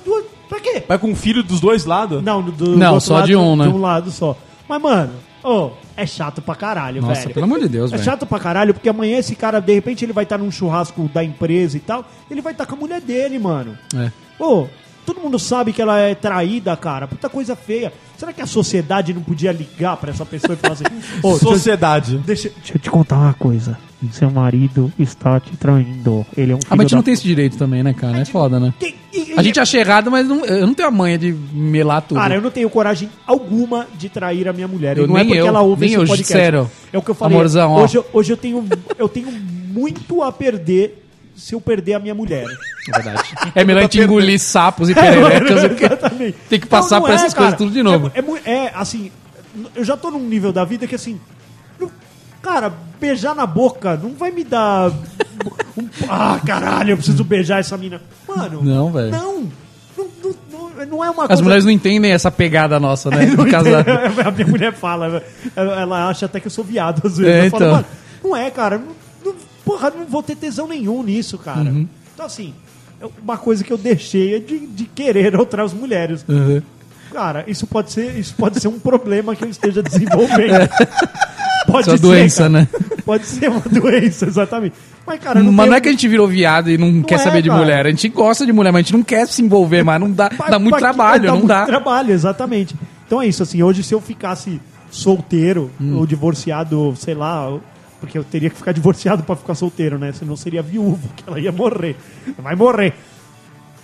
Speaker 5: du- du- Pra quê?
Speaker 2: Vai com o filho dos dois lados?
Speaker 5: Não, do- do,
Speaker 4: Não,
Speaker 5: do outro
Speaker 4: só
Speaker 5: lado,
Speaker 4: de um, né?
Speaker 5: De um lado só. Mas, mano, ô, é chato pra caralho,
Speaker 4: Nossa,
Speaker 5: velho.
Speaker 4: pelo amor de Deus,
Speaker 5: É
Speaker 4: velho.
Speaker 5: chato pra caralho, porque amanhã esse cara, de repente, ele vai estar num churrasco da empresa e tal, ele vai estar com a mulher dele, mano.
Speaker 4: É.
Speaker 5: Ô, todo mundo sabe que ela é traída, cara. Puta coisa feia. Será que a sociedade não podia ligar pra essa pessoa e falar assim?
Speaker 4: [laughs]
Speaker 5: Ô,
Speaker 2: Sociedade.
Speaker 5: deixa, deixa eu te contar uma coisa. Seu marido está te traindo. Ele é um filho
Speaker 4: Ah, mas a gente
Speaker 5: da
Speaker 4: não tem esse direito também, né, cara? É foda, né?
Speaker 5: tem- e, e-
Speaker 4: A gente acha errado, mas não- eu não tenho a manha de melar tudo.
Speaker 5: Cara, eu não tenho coragem alguma de trair a minha mulher.
Speaker 4: Eu
Speaker 5: e não é
Speaker 4: nem
Speaker 5: porque
Speaker 4: eu,
Speaker 5: ela ouve
Speaker 4: nem
Speaker 5: esse
Speaker 4: eu,
Speaker 5: podcast.
Speaker 4: sério.
Speaker 5: É o que eu falei.
Speaker 4: Amorzão, ó.
Speaker 5: hoje, eu- hoje eu tenho eu tenho muito a perder se eu perder a minha mulher.
Speaker 4: É melhor a gente engolir sapos e
Speaker 5: [laughs]
Speaker 4: pererecas. do que-
Speaker 5: Exatamente.
Speaker 4: Tem que passar
Speaker 5: Não, não
Speaker 4: por
Speaker 5: é,
Speaker 4: essas
Speaker 5: cara.
Speaker 4: coisas tudo de novo.
Speaker 5: É, é mu- é, assim, eu já tô num nível da vida que assim, não- cara, beijar na boca não vai me dar [laughs] um- ah, caralho, eu preciso beijar essa mina. Mano,
Speaker 4: Não, velho.
Speaker 5: Não. Não, não, não- não é uma
Speaker 4: As mulheres não entendem essa pegada nossa, né?
Speaker 5: [laughs] Não
Speaker 4: [laughs] Do casado.
Speaker 5: entendo. É, [laughs] A minha mulher fala, ela- ela acha até que eu sou viado às vezes.
Speaker 4: É,
Speaker 5: eu falo,
Speaker 4: então.
Speaker 5: mano, não é, cara. Não, não- porra, não vou ter tesão nenhum nisso, cara.
Speaker 4: Uhum.
Speaker 5: Então, assim, é uma coisa que eu deixei é de, de querer outras mulheres.
Speaker 4: É. Uhum.
Speaker 5: Cara, isso pode, ser, isso pode ser um problema que eu esteja desenvolvendo. [laughs] Pode
Speaker 4: Isso é uma É. doença,
Speaker 5: cara.
Speaker 4: né?
Speaker 5: Pode ser uma [laughs] doença, exatamente. Mas, cara,
Speaker 4: Mas não
Speaker 5: tenho-
Speaker 4: é que a gente virou viado e não, quer
Speaker 5: é,
Speaker 4: saber de
Speaker 5: cara.
Speaker 4: mulher. A gente gosta de mulher, mas a gente não quer se envolver mais. Não dá,
Speaker 5: Pra-
Speaker 4: dá muito
Speaker 5: pra-
Speaker 4: trabalho,
Speaker 5: dá
Speaker 4: não
Speaker 5: muito
Speaker 4: dá.
Speaker 5: trabalho, exatamente. Então é isso, assim, hoje se eu ficasse solteiro
Speaker 4: Hum.
Speaker 5: ou divorciado, sei lá, porque eu teria que ficar [laughs] divorciado pra ficar solteiro, né? Senão seria viúvo, que ela ia morrer. Vai morrer.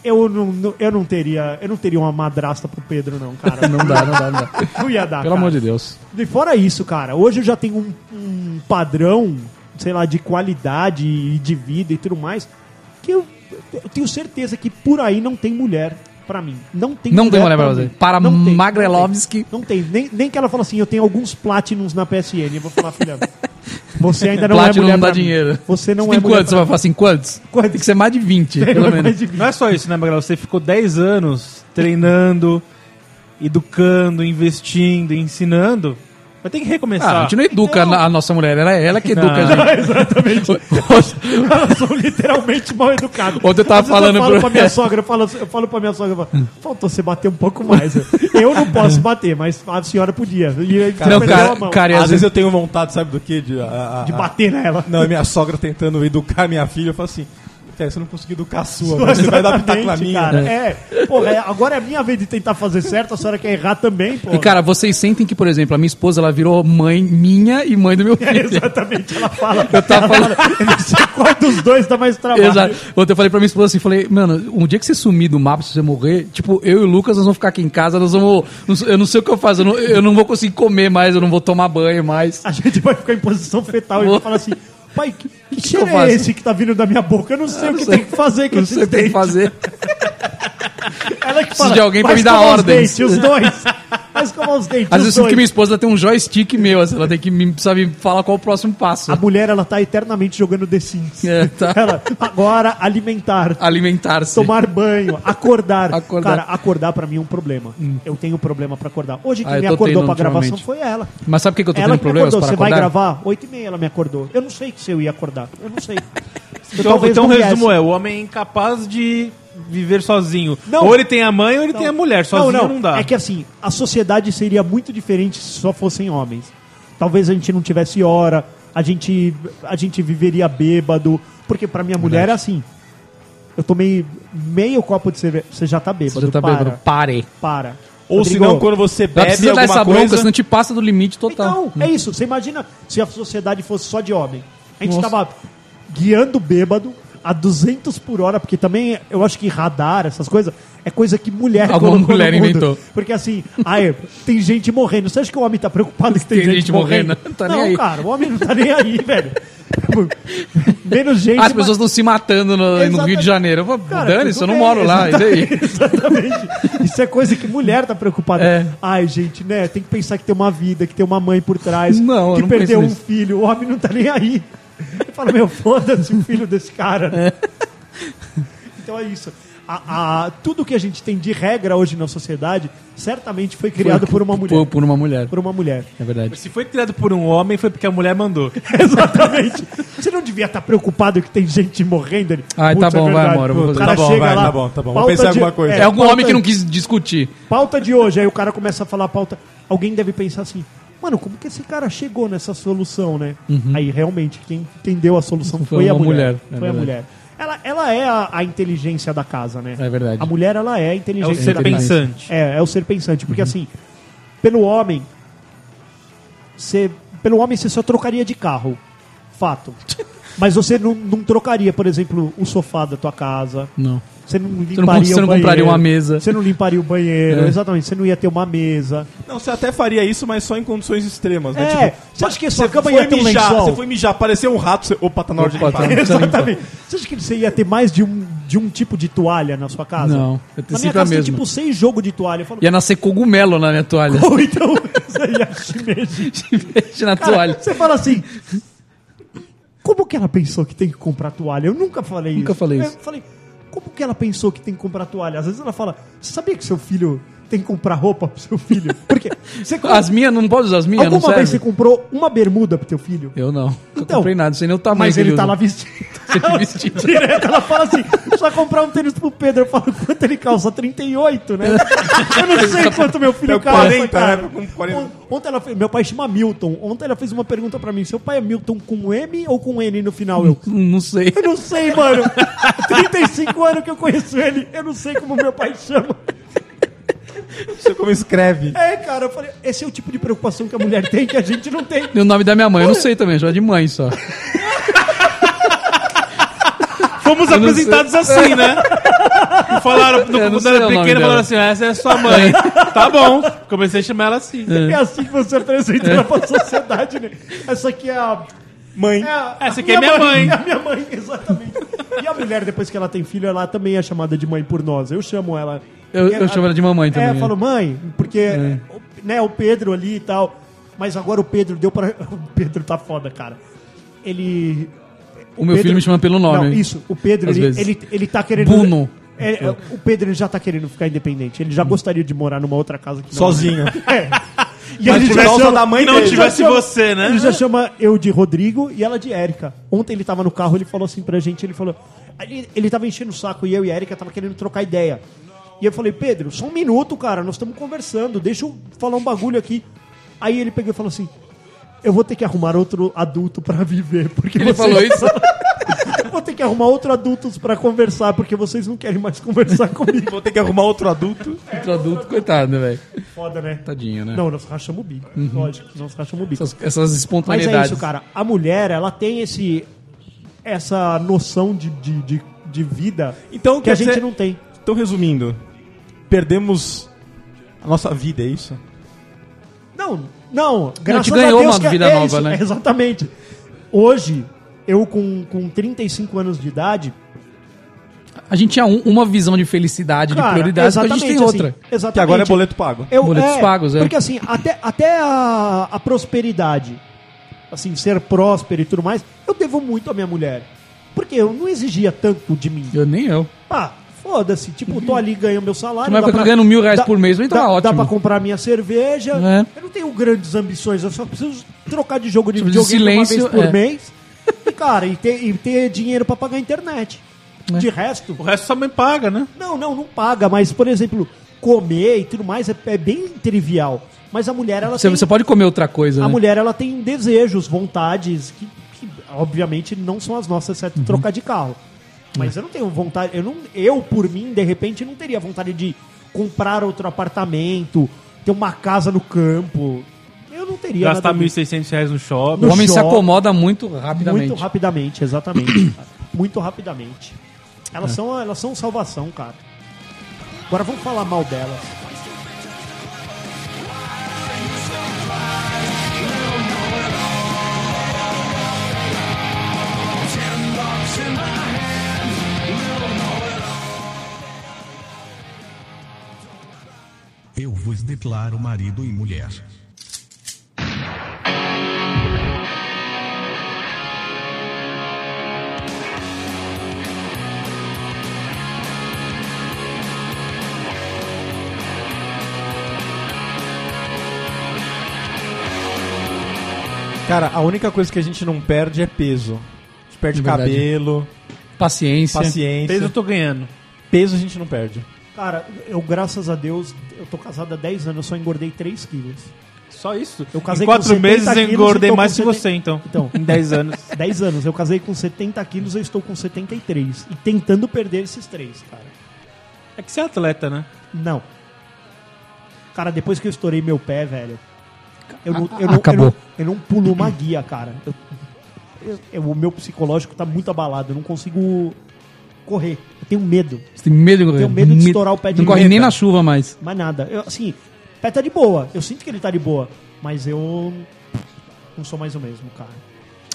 Speaker 5: Eu não, não- eu não teria, eu não teria uma madrasta pro Pedro não, cara.
Speaker 4: Não dá, não dá, não dá.
Speaker 5: [laughs] Não ia dar,
Speaker 4: Pelo
Speaker 5: cara.
Speaker 4: amor de Deus.
Speaker 5: E fora isso, cara, hoje eu já tenho um, um padrão, sei lá, de qualidade e de vida e tudo mais, que eu, eu tenho certeza que por aí não tem mulher pra mim. Não tem
Speaker 4: Não tem mulher pra
Speaker 5: mim.
Speaker 4: você. Para
Speaker 5: Não tem, não
Speaker 4: Magrelovski.
Speaker 5: tem. Não tem. Nem, nem que ela fala assim, eu tenho alguns Platinums na PSN. Eu vou falar, filha, você ainda não é
Speaker 4: Platinum
Speaker 5: mulher
Speaker 4: não dá
Speaker 5: pra mim.
Speaker 4: dinheiro.
Speaker 5: Você não
Speaker 4: tem
Speaker 5: é mulher
Speaker 4: quantos? Você vai falar assim, quantos?
Speaker 5: Quantos?
Speaker 4: Tem que ser mais de 20,
Speaker 5: pra mim.
Speaker 4: pelo
Speaker 5: Não é mais
Speaker 4: menos.
Speaker 5: difícil.
Speaker 7: [laughs] Não é só isso, né, Magrela? Você ficou 10 anos treinando, [laughs] educando, investindo, ensinando. Vai ter que recomeçar.
Speaker 4: Ah, a gente não educa a- a nossa mulher, ela é ela que educa a
Speaker 5: [laughs]
Speaker 4: gente. Exatamente.
Speaker 5: Elas são literalmente mal educadas.
Speaker 4: Ontem eu tava
Speaker 5: Às vezes
Speaker 4: falando
Speaker 5: eu falo
Speaker 4: pro-
Speaker 5: pra minha sogra, eu falo, eu falo pra minha sogra, eu falo, faltou você bater um pouco mais. Eu não posso bater, mas a senhora podia. E aí você
Speaker 4: Não,
Speaker 5: perdeu a
Speaker 4: cara,
Speaker 5: mão
Speaker 4: cara, e
Speaker 2: Às
Speaker 4: às
Speaker 2: vezes eu tenho vontade, sabe do quê? De, a- a-
Speaker 5: de
Speaker 2: a-
Speaker 5: bater nela.
Speaker 2: Não,
Speaker 5: [laughs]
Speaker 2: é minha sogra tentando educar minha filha. Eu falo assim, cara, você não conseguiu educar a sua,
Speaker 5: Mas
Speaker 2: você vai dar pitaco na
Speaker 5: exatamente,
Speaker 2: minha. né?
Speaker 5: cara. É. Porra, é- agora é a minha vez de tentar fazer certo, a senhora quer errar também,
Speaker 4: [laughs]
Speaker 5: pô.
Speaker 4: E, cara, vocês sentem que, por exemplo, a minha esposa, ela virou mãe minha e mãe do meu filho.
Speaker 5: É, Exatamente, ela fala.
Speaker 4: Eu tava falando...
Speaker 5: Eu não sei qual dos dois dá mais trabalho.
Speaker 4: Exato. Ontem eu falei pra minha esposa assim, falei, mano, um dia que você sumir do mapa, se você morrer, tipo, eu e o Lucas, nós vamos ficar aqui em casa, nós vamos... não sei- Eu não sei o que eu faço, eu não, eu não vou conseguir comer mais, eu não vou tomar banho mais.
Speaker 5: A gente vai ficar em posição fetal e
Speaker 4: Boa.
Speaker 5: vai falar assim: pai, que, que cheiro
Speaker 4: eu
Speaker 5: é
Speaker 4: faço?
Speaker 5: esse que tá vindo da minha boca? Eu não sei o que
Speaker 4: sei.
Speaker 5: tem que fazer com
Speaker 4: Eu não sei o
Speaker 5: esses
Speaker 4: que tem que
Speaker 5: dentes.
Speaker 4: fazer.
Speaker 5: Ela é que
Speaker 4: de alguém pra
Speaker 5: "Vai
Speaker 4: me dar
Speaker 5: escovar os
Speaker 4: ordens."
Speaker 5: dentes, os dois. Vai escovar os dentes,
Speaker 4: Às
Speaker 5: os
Speaker 4: vezes eu sinto
Speaker 5: dois.
Speaker 4: que minha esposa ela tem um joystick meu, assim, ela tem que me, sabe, falar qual o próximo passo.
Speaker 5: A mulher, ela tá eternamente jogando The Sims.
Speaker 4: É, tá.
Speaker 5: Ela, agora, alimentar,
Speaker 4: Alimentar-se.
Speaker 5: tomar banho, acordar.
Speaker 4: Acordar.
Speaker 5: Cara, acordar pra mim é um problema. Eu tenho problema pra acordar. Hoje quem
Speaker 4: Ah, eu
Speaker 5: me
Speaker 4: tô
Speaker 5: acordou
Speaker 4: tendo
Speaker 5: pra gravação
Speaker 4: ultimamente.
Speaker 5: foi ela.
Speaker 4: Mas sabe por que que eu tô
Speaker 5: Ela
Speaker 4: tendo
Speaker 5: que me
Speaker 4: problemas
Speaker 5: acordou.
Speaker 4: para
Speaker 5: Você vai
Speaker 4: acordar?
Speaker 5: gravar? Oito e meia ela me acordou. Eu não sei que se eu ia acordar. Eu não
Speaker 7: [laughs]
Speaker 5: sei. Eu
Speaker 7: Então,
Speaker 5: talvez
Speaker 7: então o
Speaker 5: não viesse.
Speaker 7: resumo é, o homem é incapaz de viver sozinho.
Speaker 5: Não.
Speaker 7: Ou ele tem a mãe ou ele tem a mulher. Sozinho não, dá.
Speaker 5: É que assim, a sociedade seria muito diferente se só fossem homens. Talvez a gente não tivesse hora, a gente, a gente viveria bêbado. Porque pra minha mulher é assim. Eu tomei meio copo de cerveja. Você já tá bêbado.
Speaker 4: Você já tá
Speaker 5: para,
Speaker 4: bêbado. Pare.
Speaker 5: Para.
Speaker 2: Ou
Speaker 5: Rodrigo,
Speaker 2: senão, quando você
Speaker 4: Ela
Speaker 2: bebe
Speaker 4: precisa dar essa
Speaker 2: alguma
Speaker 4: bronca,
Speaker 2: coisa...
Speaker 4: senão te passa do limite total.
Speaker 5: Então, é isso. Você imagina se a sociedade fosse só de homem. A gente tava guiando bêbado a 200 por hora, porque também eu acho que radar, essas coisas, é coisa que mulher
Speaker 4: Alguma
Speaker 5: colocou no
Speaker 4: mulher
Speaker 5: mundo.
Speaker 4: inventou.
Speaker 5: Porque assim, ai, tem gente morrendo. Você acha que o homem tá
Speaker 4: [laughs]
Speaker 5: preocupado que tem,
Speaker 4: Tem
Speaker 5: gente,
Speaker 4: gente
Speaker 5: morrendo?
Speaker 4: morrendo. Não tá
Speaker 5: não,
Speaker 4: nem aí.
Speaker 5: cara, o homem não tá nem aí,
Speaker 4: [laughs]
Speaker 5: velho. Menos gente.
Speaker 4: Ah, As pessoas estão se matando no, no
Speaker 5: Exatamente.
Speaker 4: Rio de Janeiro. Eu vou,
Speaker 5: Cara,
Speaker 4: Dane-se,
Speaker 5: tudo
Speaker 4: eu não
Speaker 5: bem,
Speaker 4: moro lá. E daí?
Speaker 5: [laughs] Exatamente. Isso é coisa que mulher tá preocupada.
Speaker 4: É.
Speaker 5: Ai, gente, né? Tem que pensar que tem uma vida, que tem uma mãe por trás,
Speaker 4: Não, eu
Speaker 5: que
Speaker 4: não
Speaker 5: perdeu
Speaker 4: penso
Speaker 5: um
Speaker 4: nisso.
Speaker 5: filho. O homem não tá nem aí. Ele fala, meu, foda-se o filho desse cara. né? Então é isso. A, a- tudo que a gente tem de regra hoje na sociedade certamente foi criado por uma mulher.
Speaker 4: Por, por uma mulher.
Speaker 5: Por uma mulher. [laughs]
Speaker 4: É verdade.
Speaker 7: Se foi criado por um homem, foi porque a mulher mandou.
Speaker 5: Exatamente. Você não devia estar preocupado que tem gente morrendo ali.
Speaker 4: Ai, tá
Speaker 5: Putz, é
Speaker 4: bom, vai,
Speaker 5: verdade.
Speaker 4: amor, eu vou
Speaker 5: O
Speaker 4: fazer.
Speaker 5: cara
Speaker 2: Tá bom,
Speaker 5: chega
Speaker 2: vai,
Speaker 5: lá,
Speaker 2: tá bom, tá bom. Vou
Speaker 5: pauta
Speaker 2: pensar em alguma coisa.
Speaker 4: É algum
Speaker 5: pauta-
Speaker 4: homem que não quis discutir.
Speaker 5: Pauta de hoje. Aí o cara começa a falar pauta. Alguém deve pensar assim, mano, como que esse cara chegou nessa solução, né? Aí realmente, quem entendeu a solução foi,
Speaker 4: Uhum. Foi
Speaker 5: a
Speaker 4: uma
Speaker 5: mulher.
Speaker 4: mulher, é
Speaker 5: Foi a
Speaker 4: verdade.
Speaker 5: mulher. Ela, ela é a, a inteligência da casa, né?
Speaker 4: É verdade.
Speaker 5: A mulher, ela é a
Speaker 7: É
Speaker 5: inteligência
Speaker 7: o ser
Speaker 5: da
Speaker 7: pensante.
Speaker 5: casa. É, é o ser pensante. Porque
Speaker 4: Uhum.
Speaker 5: assim, pelo homem, você, pelo homem você só trocaria de carro.
Speaker 4: [laughs]
Speaker 5: Fato. Mas você não, não trocaria, por exemplo, o sofá da tua casa.
Speaker 4: Não.
Speaker 5: Você não limparia
Speaker 4: você não
Speaker 5: o banheiro.
Speaker 4: compraria uma mesa.
Speaker 5: Você não limparia o banheiro,
Speaker 4: É.
Speaker 5: exatamente. Você não ia ter uma mesa.
Speaker 2: Não, você até faria isso, mas só em condições extremas, né?
Speaker 5: É, você acha que a sua cama
Speaker 2: foi
Speaker 5: ia ter um
Speaker 2: mijar,
Speaker 5: lençol?
Speaker 2: Você
Speaker 5: [laughs]
Speaker 2: foi mijar, apareceu um rato, você... Opa, tá na hora de
Speaker 4: Opa, tá.
Speaker 2: limpar.
Speaker 5: Exatamente. Você acha que você ia ter mais de um, de um tipo de toalha na sua casa?
Speaker 4: Não, eu
Speaker 5: Na
Speaker 4: tenho
Speaker 5: minha
Speaker 4: sempre a
Speaker 5: casa tem
Speaker 4: mesma.
Speaker 5: tipo seis jogos de toalha. Eu falo,
Speaker 4: Ia nascer cogumelo na minha toalha. [laughs]
Speaker 5: ou então [laughs] você ia chimeji.
Speaker 4: Chivete na
Speaker 5: Cara,
Speaker 4: toalha.
Speaker 5: Você fala assim. Como que ela pensou que tem que comprar toalha? Eu nunca falei
Speaker 4: Nunca
Speaker 5: isso.
Speaker 4: falei
Speaker 5: Eu
Speaker 4: isso.
Speaker 5: falei, como que ela pensou que tem que comprar toalha? Às vezes ela fala, você sabia que seu filho tem que comprar roupa pro
Speaker 4: [laughs]
Speaker 5: seu filho? Porque você compra-
Speaker 4: As minhas, não pode usar as minhas? Não
Speaker 5: alguma vez você
Speaker 4: serve?
Speaker 5: comprou uma bermuda pro teu filho?
Speaker 4: Eu não. eu
Speaker 5: Então,
Speaker 4: comprei nada, sei nem o tamanho
Speaker 5: Mas
Speaker 4: que
Speaker 5: ele tá
Speaker 4: usa. [laughs]
Speaker 5: lá vestido. [laughs]
Speaker 4: Ele vestido.
Speaker 5: Direto, ela fala assim: só comprar um tênis pro Pedro. Eu falo, quanto ele calça?
Speaker 2: [laughs]
Speaker 5: 38, né? Eu não sei quanto meu filho
Speaker 2: É,
Speaker 5: calça.
Speaker 2: 40,
Speaker 5: cara.
Speaker 2: né? Com 40.
Speaker 5: On- Ontem ela fez, meu pai chama Milton. Ontem ela fez uma pergunta pra mim: seu pai é Milton com M ou com N no final? Eu.
Speaker 4: Não sei.
Speaker 5: Eu não
Speaker 2: [laughs]
Speaker 5: sei, mano. 35 anos que eu conheço ele, eu não sei como meu pai chama.
Speaker 2: Você como escreve.
Speaker 5: É, cara, eu falei, esse é o tipo de preocupação que a mulher tem que a gente não tem.
Speaker 4: E o nome da minha mãe, eu não sei também, chama de mãe só.
Speaker 7: Fomos
Speaker 4: não
Speaker 7: apresentados assim, né? E falaram, no,
Speaker 4: Eu não
Speaker 7: quando
Speaker 4: sei
Speaker 7: eu era
Speaker 4: o nome dela.
Speaker 7: pequeno, falaram assim: essa é sua mãe. tá bom. Comecei a chamar ela assim.
Speaker 5: É assim que você apresenta ela pra sociedade, né? Essa aqui é a
Speaker 2: Mãe.
Speaker 5: a-
Speaker 7: Essa aqui é minha mãe.
Speaker 5: É [laughs] a minha mãe, exatamente. E a mulher, depois que ela tem filho, ela também é chamada de mãe por nós. Eu chamo ela.
Speaker 4: Eu-
Speaker 5: Porque
Speaker 4: eu chamo ela de mamãe também,
Speaker 5: É, eu
Speaker 4: é.
Speaker 5: falo, mãe, porque o- né, o Pedro ali e tal. Mas agora o Pedro deu pra. [laughs] O Pedro tá foda, cara. Ele.
Speaker 4: O meu filho me chama pelo nome.
Speaker 5: Não, isso. O Pedro,
Speaker 4: Às
Speaker 5: ele,
Speaker 4: vezes.
Speaker 5: ele, ele tá querendo.
Speaker 4: Bruno.
Speaker 5: É, é, o Pedro ele já tá querendo ficar independente. Ele já gostaria de morar numa outra casa que não-
Speaker 2: Sozinho.
Speaker 5: É.
Speaker 4: [laughs]
Speaker 5: E
Speaker 2: Mas
Speaker 5: ele
Speaker 2: por
Speaker 5: já
Speaker 2: causa
Speaker 5: chama-
Speaker 2: da mãe
Speaker 5: ele
Speaker 2: dele.
Speaker 5: já
Speaker 7: tivesse
Speaker 5: chama-
Speaker 7: você, né?
Speaker 5: Ele já chama eu de Rodrigo e ela de Érica. Ontem ele tava no carro, ele falou assim pra gente, ele falou... Ele, ele tava enchendo o saco e eu e a Érica tava querendo trocar ideia. E eu falei, Pedro, só um minuto, cara, nós estamos conversando, deixa eu falar um bagulho aqui. Aí ele pegou e falou assim, eu vou ter que arrumar outro adulto pra viver, porque
Speaker 4: Ele falou isso?
Speaker 5: [laughs] Vou ter que arrumar outro adultos pra conversar, porque vocês não querem mais conversar comigo.
Speaker 2: Vou ter que arrumar outro adulto.
Speaker 4: Outro adulto, coitado, né, velho?
Speaker 5: Foda, né?
Speaker 4: Tadinho, né?
Speaker 5: Não, nós rachamos o bico. Lógico, nós rachamos o bico.
Speaker 4: Uhum. Essas, essas
Speaker 5: Mas
Speaker 4: espontaneidades.
Speaker 5: é isso, cara. A mulher, ela tem esse essa noção de, de, de, de vida
Speaker 2: Então,
Speaker 5: que a
Speaker 2: quer
Speaker 5: gente
Speaker 2: dizer-
Speaker 5: não tem.
Speaker 2: Então, resumindo. Perdemos a nossa vida, é isso?
Speaker 5: Não, não. Graças
Speaker 4: ganhou
Speaker 5: a Deus
Speaker 4: uma
Speaker 5: que é-
Speaker 4: vida
Speaker 5: é
Speaker 4: nova,
Speaker 5: isso,
Speaker 4: né?
Speaker 5: é [laughs] Exatamente. Hoje, eu com, com 35 anos de idade,
Speaker 4: A gente tinha um- uma visão de felicidade, de
Speaker 5: cara,
Speaker 4: prioridades, que a gente tem
Speaker 5: exatamente, assim,
Speaker 4: outra.
Speaker 5: Exatamente.
Speaker 2: Que agora é boleto pago.
Speaker 5: Eu,
Speaker 4: Boletos
Speaker 5: é,
Speaker 4: pagos, é.
Speaker 5: Porque assim, até, até a, a prosperidade, assim, ser próspero e tudo mais, eu devo muito à minha mulher. Porque eu não exigia tanto de mim.
Speaker 4: Eu nem eu.
Speaker 5: Ah, foda-se, tipo, tô ali, ganho meu salário.
Speaker 4: Numa
Speaker 5: dá
Speaker 4: época que é eu ganho mil reais
Speaker 5: dá-
Speaker 4: por mês, pra mim tava
Speaker 5: dá,
Speaker 4: ótimo.
Speaker 5: Dá pra comprar minha cerveja.
Speaker 4: É.
Speaker 5: Eu não tenho grandes ambições, eu só preciso trocar de jogo de
Speaker 4: Tipo, de
Speaker 5: videogame
Speaker 4: silêncio,
Speaker 5: uma vez por
Speaker 4: é.
Speaker 5: mês. E, cara, e ter, e ter dinheiro pra pagar a internet.
Speaker 4: É.
Speaker 5: De resto,
Speaker 7: O resto sua mãe paga, né?
Speaker 5: não, não, não paga, mas, por exemplo, comer e tudo mais é, é bem trivial. Mas a mulher, ela
Speaker 4: Você,
Speaker 5: tem,
Speaker 4: você pode comer outra coisa,
Speaker 5: a
Speaker 4: né?
Speaker 5: mulher, ela tem desejos, vontades que, que, obviamente não são as nossas,
Speaker 4: Uhum.
Speaker 5: exceto trocar de carro. Mas
Speaker 4: É.
Speaker 5: eu não tenho vontade, eu não, eu por mim, de repente não teria vontade de comprar outro apartamento, ter uma casa no campo. Eu não teria
Speaker 7: Gastar
Speaker 5: nada disso.
Speaker 7: 1.600 reais no shopping.
Speaker 4: O homem se
Speaker 5: joga.
Speaker 4: acomoda muito rapidamente.
Speaker 5: Muito
Speaker 4: [clears throat]
Speaker 5: rapidamente, exatamente. cara. Muito rapidamente.
Speaker 4: É.
Speaker 5: Elas, são, elas são salvação, cara. Agora vamos falar mal delas.
Speaker 6: Eu vos declaro marido e mulher.
Speaker 2: Cara, a única coisa que a gente não perde é peso. A gente perde
Speaker 4: De verdade.
Speaker 2: cabelo,
Speaker 4: Paciência.
Speaker 2: paciência.
Speaker 7: Peso eu
Speaker 2: Peso...
Speaker 7: tô ganhando.
Speaker 2: a gente não perde.
Speaker 5: Cara, eu, graças a Deus, eu tô casado há 10 anos, eu só engordei 3 quilos.
Speaker 7: Só isso.
Speaker 5: Eu casei
Speaker 7: em
Speaker 5: com
Speaker 7: quatro
Speaker 5: 70
Speaker 7: meses eu
Speaker 5: quilos e
Speaker 7: engordei
Speaker 5: tô com
Speaker 7: mais que
Speaker 5: 70
Speaker 7: você, então.
Speaker 5: Então,
Speaker 7: Em 10 anos.
Speaker 5: 10 anos. Eu casei com 70 quilos, eu estou com 73. E tentando perder esses três, cara.
Speaker 7: É que você é atleta, né?
Speaker 5: Não. Cara, depois que eu estourei meu pé, velho. Eu não, eu não,
Speaker 4: acabou.
Speaker 5: Eu não, eu não pulo uma guia, cara. Eu- eu- eu- o meu psicológico tá muito abalado. Eu não consigo correr. Eu tenho medo.
Speaker 4: Você tem medo de correr?
Speaker 5: Tenho medo de
Speaker 4: Me-
Speaker 5: estourar o pé de
Speaker 4: Não corre
Speaker 5: meia,
Speaker 4: nem
Speaker 5: cara.
Speaker 4: na chuva mais.
Speaker 5: Mas nada. Eu, assim, o pé tá de boa. Eu sinto que ele tá de boa. Mas eu não sou mais o mesmo, cara.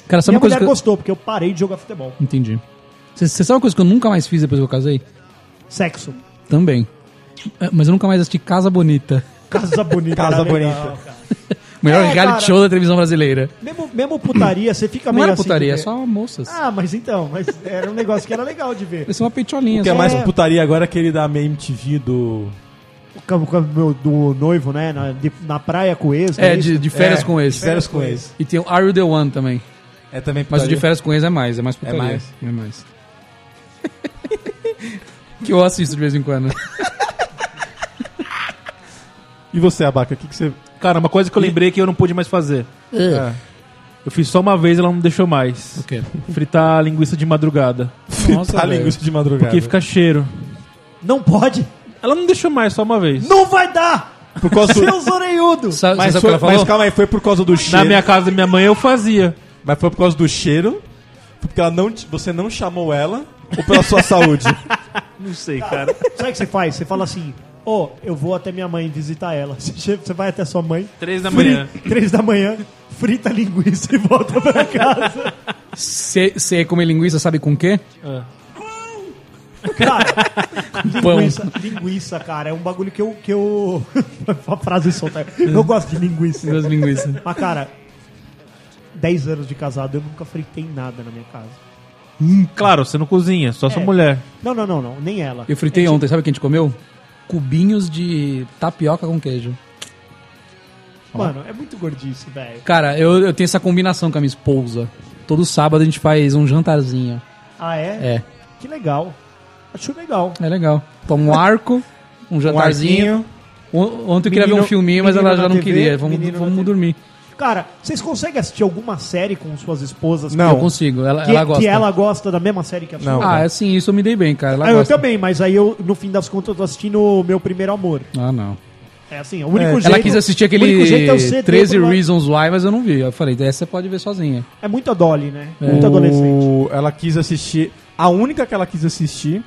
Speaker 4: Cara, sabe
Speaker 5: Minha
Speaker 4: uma coisa
Speaker 5: mulher
Speaker 4: que eu...
Speaker 5: gostou, porque eu parei de jogar futebol.
Speaker 4: Entendi. Você você sabe uma coisa que eu nunca mais fiz depois que eu casei?
Speaker 5: Sexo.
Speaker 4: Também. É, Mas eu nunca mais assisti Casa Bonita.
Speaker 5: Casa bonita.
Speaker 2: Casa
Speaker 5: era legal,
Speaker 2: bonita.
Speaker 5: cara.
Speaker 4: Melhor
Speaker 5: É,
Speaker 4: reality
Speaker 5: cara.
Speaker 4: show da televisão brasileira.
Speaker 5: Mesmo, mesmo putaria, você fica
Speaker 4: Não
Speaker 5: meio
Speaker 4: era
Speaker 5: assim de
Speaker 4: putaria, é
Speaker 5: ver.
Speaker 4: só moças.
Speaker 5: Ah, mas então, mas era um negócio que era legal de ver.
Speaker 4: Parecia uma peitolinha.
Speaker 2: O que é
Speaker 4: só.
Speaker 2: mais
Speaker 5: É.
Speaker 2: putaria agora é aquele da MTV do.
Speaker 5: O campo, campo meu- do noivo, né? Na, de- na praia com o ex. não
Speaker 4: É,
Speaker 5: isso?
Speaker 4: de, de férias
Speaker 2: É,
Speaker 4: com ex.
Speaker 2: de Férias com ex.
Speaker 4: E tem o Are You The One também.
Speaker 2: É também
Speaker 4: Mas
Speaker 2: putaria.
Speaker 4: o de férias com ex é mais, é mais putaria.
Speaker 2: mais.
Speaker 4: É mais. [laughs] que eu assisto de vez em quando.
Speaker 2: E você, Abaca, o que, que você. tá
Speaker 7: Cara, uma coisa que eu lembrei que eu não pude mais fazer.
Speaker 5: Ah.
Speaker 7: É. Eu fiz só uma vez e ela não deixou mais.
Speaker 4: quê?
Speaker 7: Fritar linguiça de madrugada.
Speaker 4: Nossa,
Speaker 2: Fritar
Speaker 4: velho.
Speaker 2: linguiça de madrugada.
Speaker 7: Porque fica cheiro.
Speaker 5: Não pode!
Speaker 7: Ela não deixou mais, só uma vez.
Speaker 5: Não vai dar!
Speaker 2: Por causa do...
Speaker 5: Seus orelhudos!
Speaker 4: Sabe, é
Speaker 2: mas,
Speaker 4: sabe o que
Speaker 2: foi-
Speaker 4: ela
Speaker 2: mas
Speaker 4: falou?
Speaker 2: calma aí, foi por causa do cheiro.
Speaker 7: Na minha casa da minha mãe eu fazia.
Speaker 2: Mas foi por causa do cheiro? Foi porque ela não te- você não chamou ela? Ou pela sua
Speaker 5: [laughs]
Speaker 2: saúde?
Speaker 5: Tá
Speaker 7: Não sei, cara.
Speaker 5: Sabe o que você faz? Você fala assim, ô, eu vou até minha mãe visitar ela. [laughs] Você che- você vai até sua mãe,
Speaker 7: Três da manhã.
Speaker 5: fri- três da manhã, frita a linguiça e volta pra casa.
Speaker 4: [laughs] Você você comer linguiça sabe com o quê?
Speaker 5: Cara,
Speaker 4: Pão.
Speaker 5: linguiça, linguiça, cara, é um bagulho que eu... Que eu... [laughs] Uma frase solta. Eu gosto de linguiça.
Speaker 4: Duas linguiças.
Speaker 5: Mas, cara, 10 anos de casado, eu nunca fritei nada na minha casa.
Speaker 2: Hum.
Speaker 7: Claro, você não cozinha, só sua
Speaker 5: É.
Speaker 7: mulher.
Speaker 5: Não, não, não, não, nem ela.
Speaker 4: Eu fritei ontem, sabe o que a gente comeu? Cubinhos de tapioca com queijo.
Speaker 5: Mano, é muito gordice, velho.
Speaker 4: Cara, eu, eu tenho essa combinação com a minha esposa. Todo sábado a gente faz um jantarzinho.
Speaker 5: Ah, é?
Speaker 4: É,
Speaker 5: Que legal. Acho legal.
Speaker 4: é legal. Toma um
Speaker 5: [laughs]
Speaker 4: arco, um jantarzinho. O- Ontem eu queria ver um
Speaker 5: Menino-
Speaker 4: filminho, mas
Speaker 5: menino
Speaker 4: ela já
Speaker 5: na
Speaker 4: não
Speaker 5: TV,
Speaker 4: queria. Vamos,
Speaker 5: menino na
Speaker 4: vamos
Speaker 5: TV.
Speaker 4: dormir.
Speaker 5: Cara, vocês conseguem assistir alguma série com suas esposas?
Speaker 4: Eu consigo, ela,
Speaker 5: Que,
Speaker 4: ela
Speaker 5: que
Speaker 4: gosta.
Speaker 5: ela gosta da mesma série que a sua?
Speaker 2: Não.
Speaker 4: Ah, assim, isso eu me dei bem, cara. Ela
Speaker 5: Ah, eu
Speaker 4: gosta.
Speaker 5: também, mas aí eu, no fim das contas, eu tô assistindo o meu primeiro amor.
Speaker 4: Ah, não.
Speaker 5: É assim, o único jeito.
Speaker 4: Ela quis assistir
Speaker 5: o único
Speaker 4: aquele
Speaker 5: jeito é o CD
Speaker 4: 13
Speaker 5: pro-
Speaker 4: Reasons Why, mas eu não vi. Eu falei, essa você pode ver sozinha.
Speaker 5: É muito a Dolly, né? Muito adolescente.
Speaker 2: O... Ela quis assistir. A única que ela quis assistir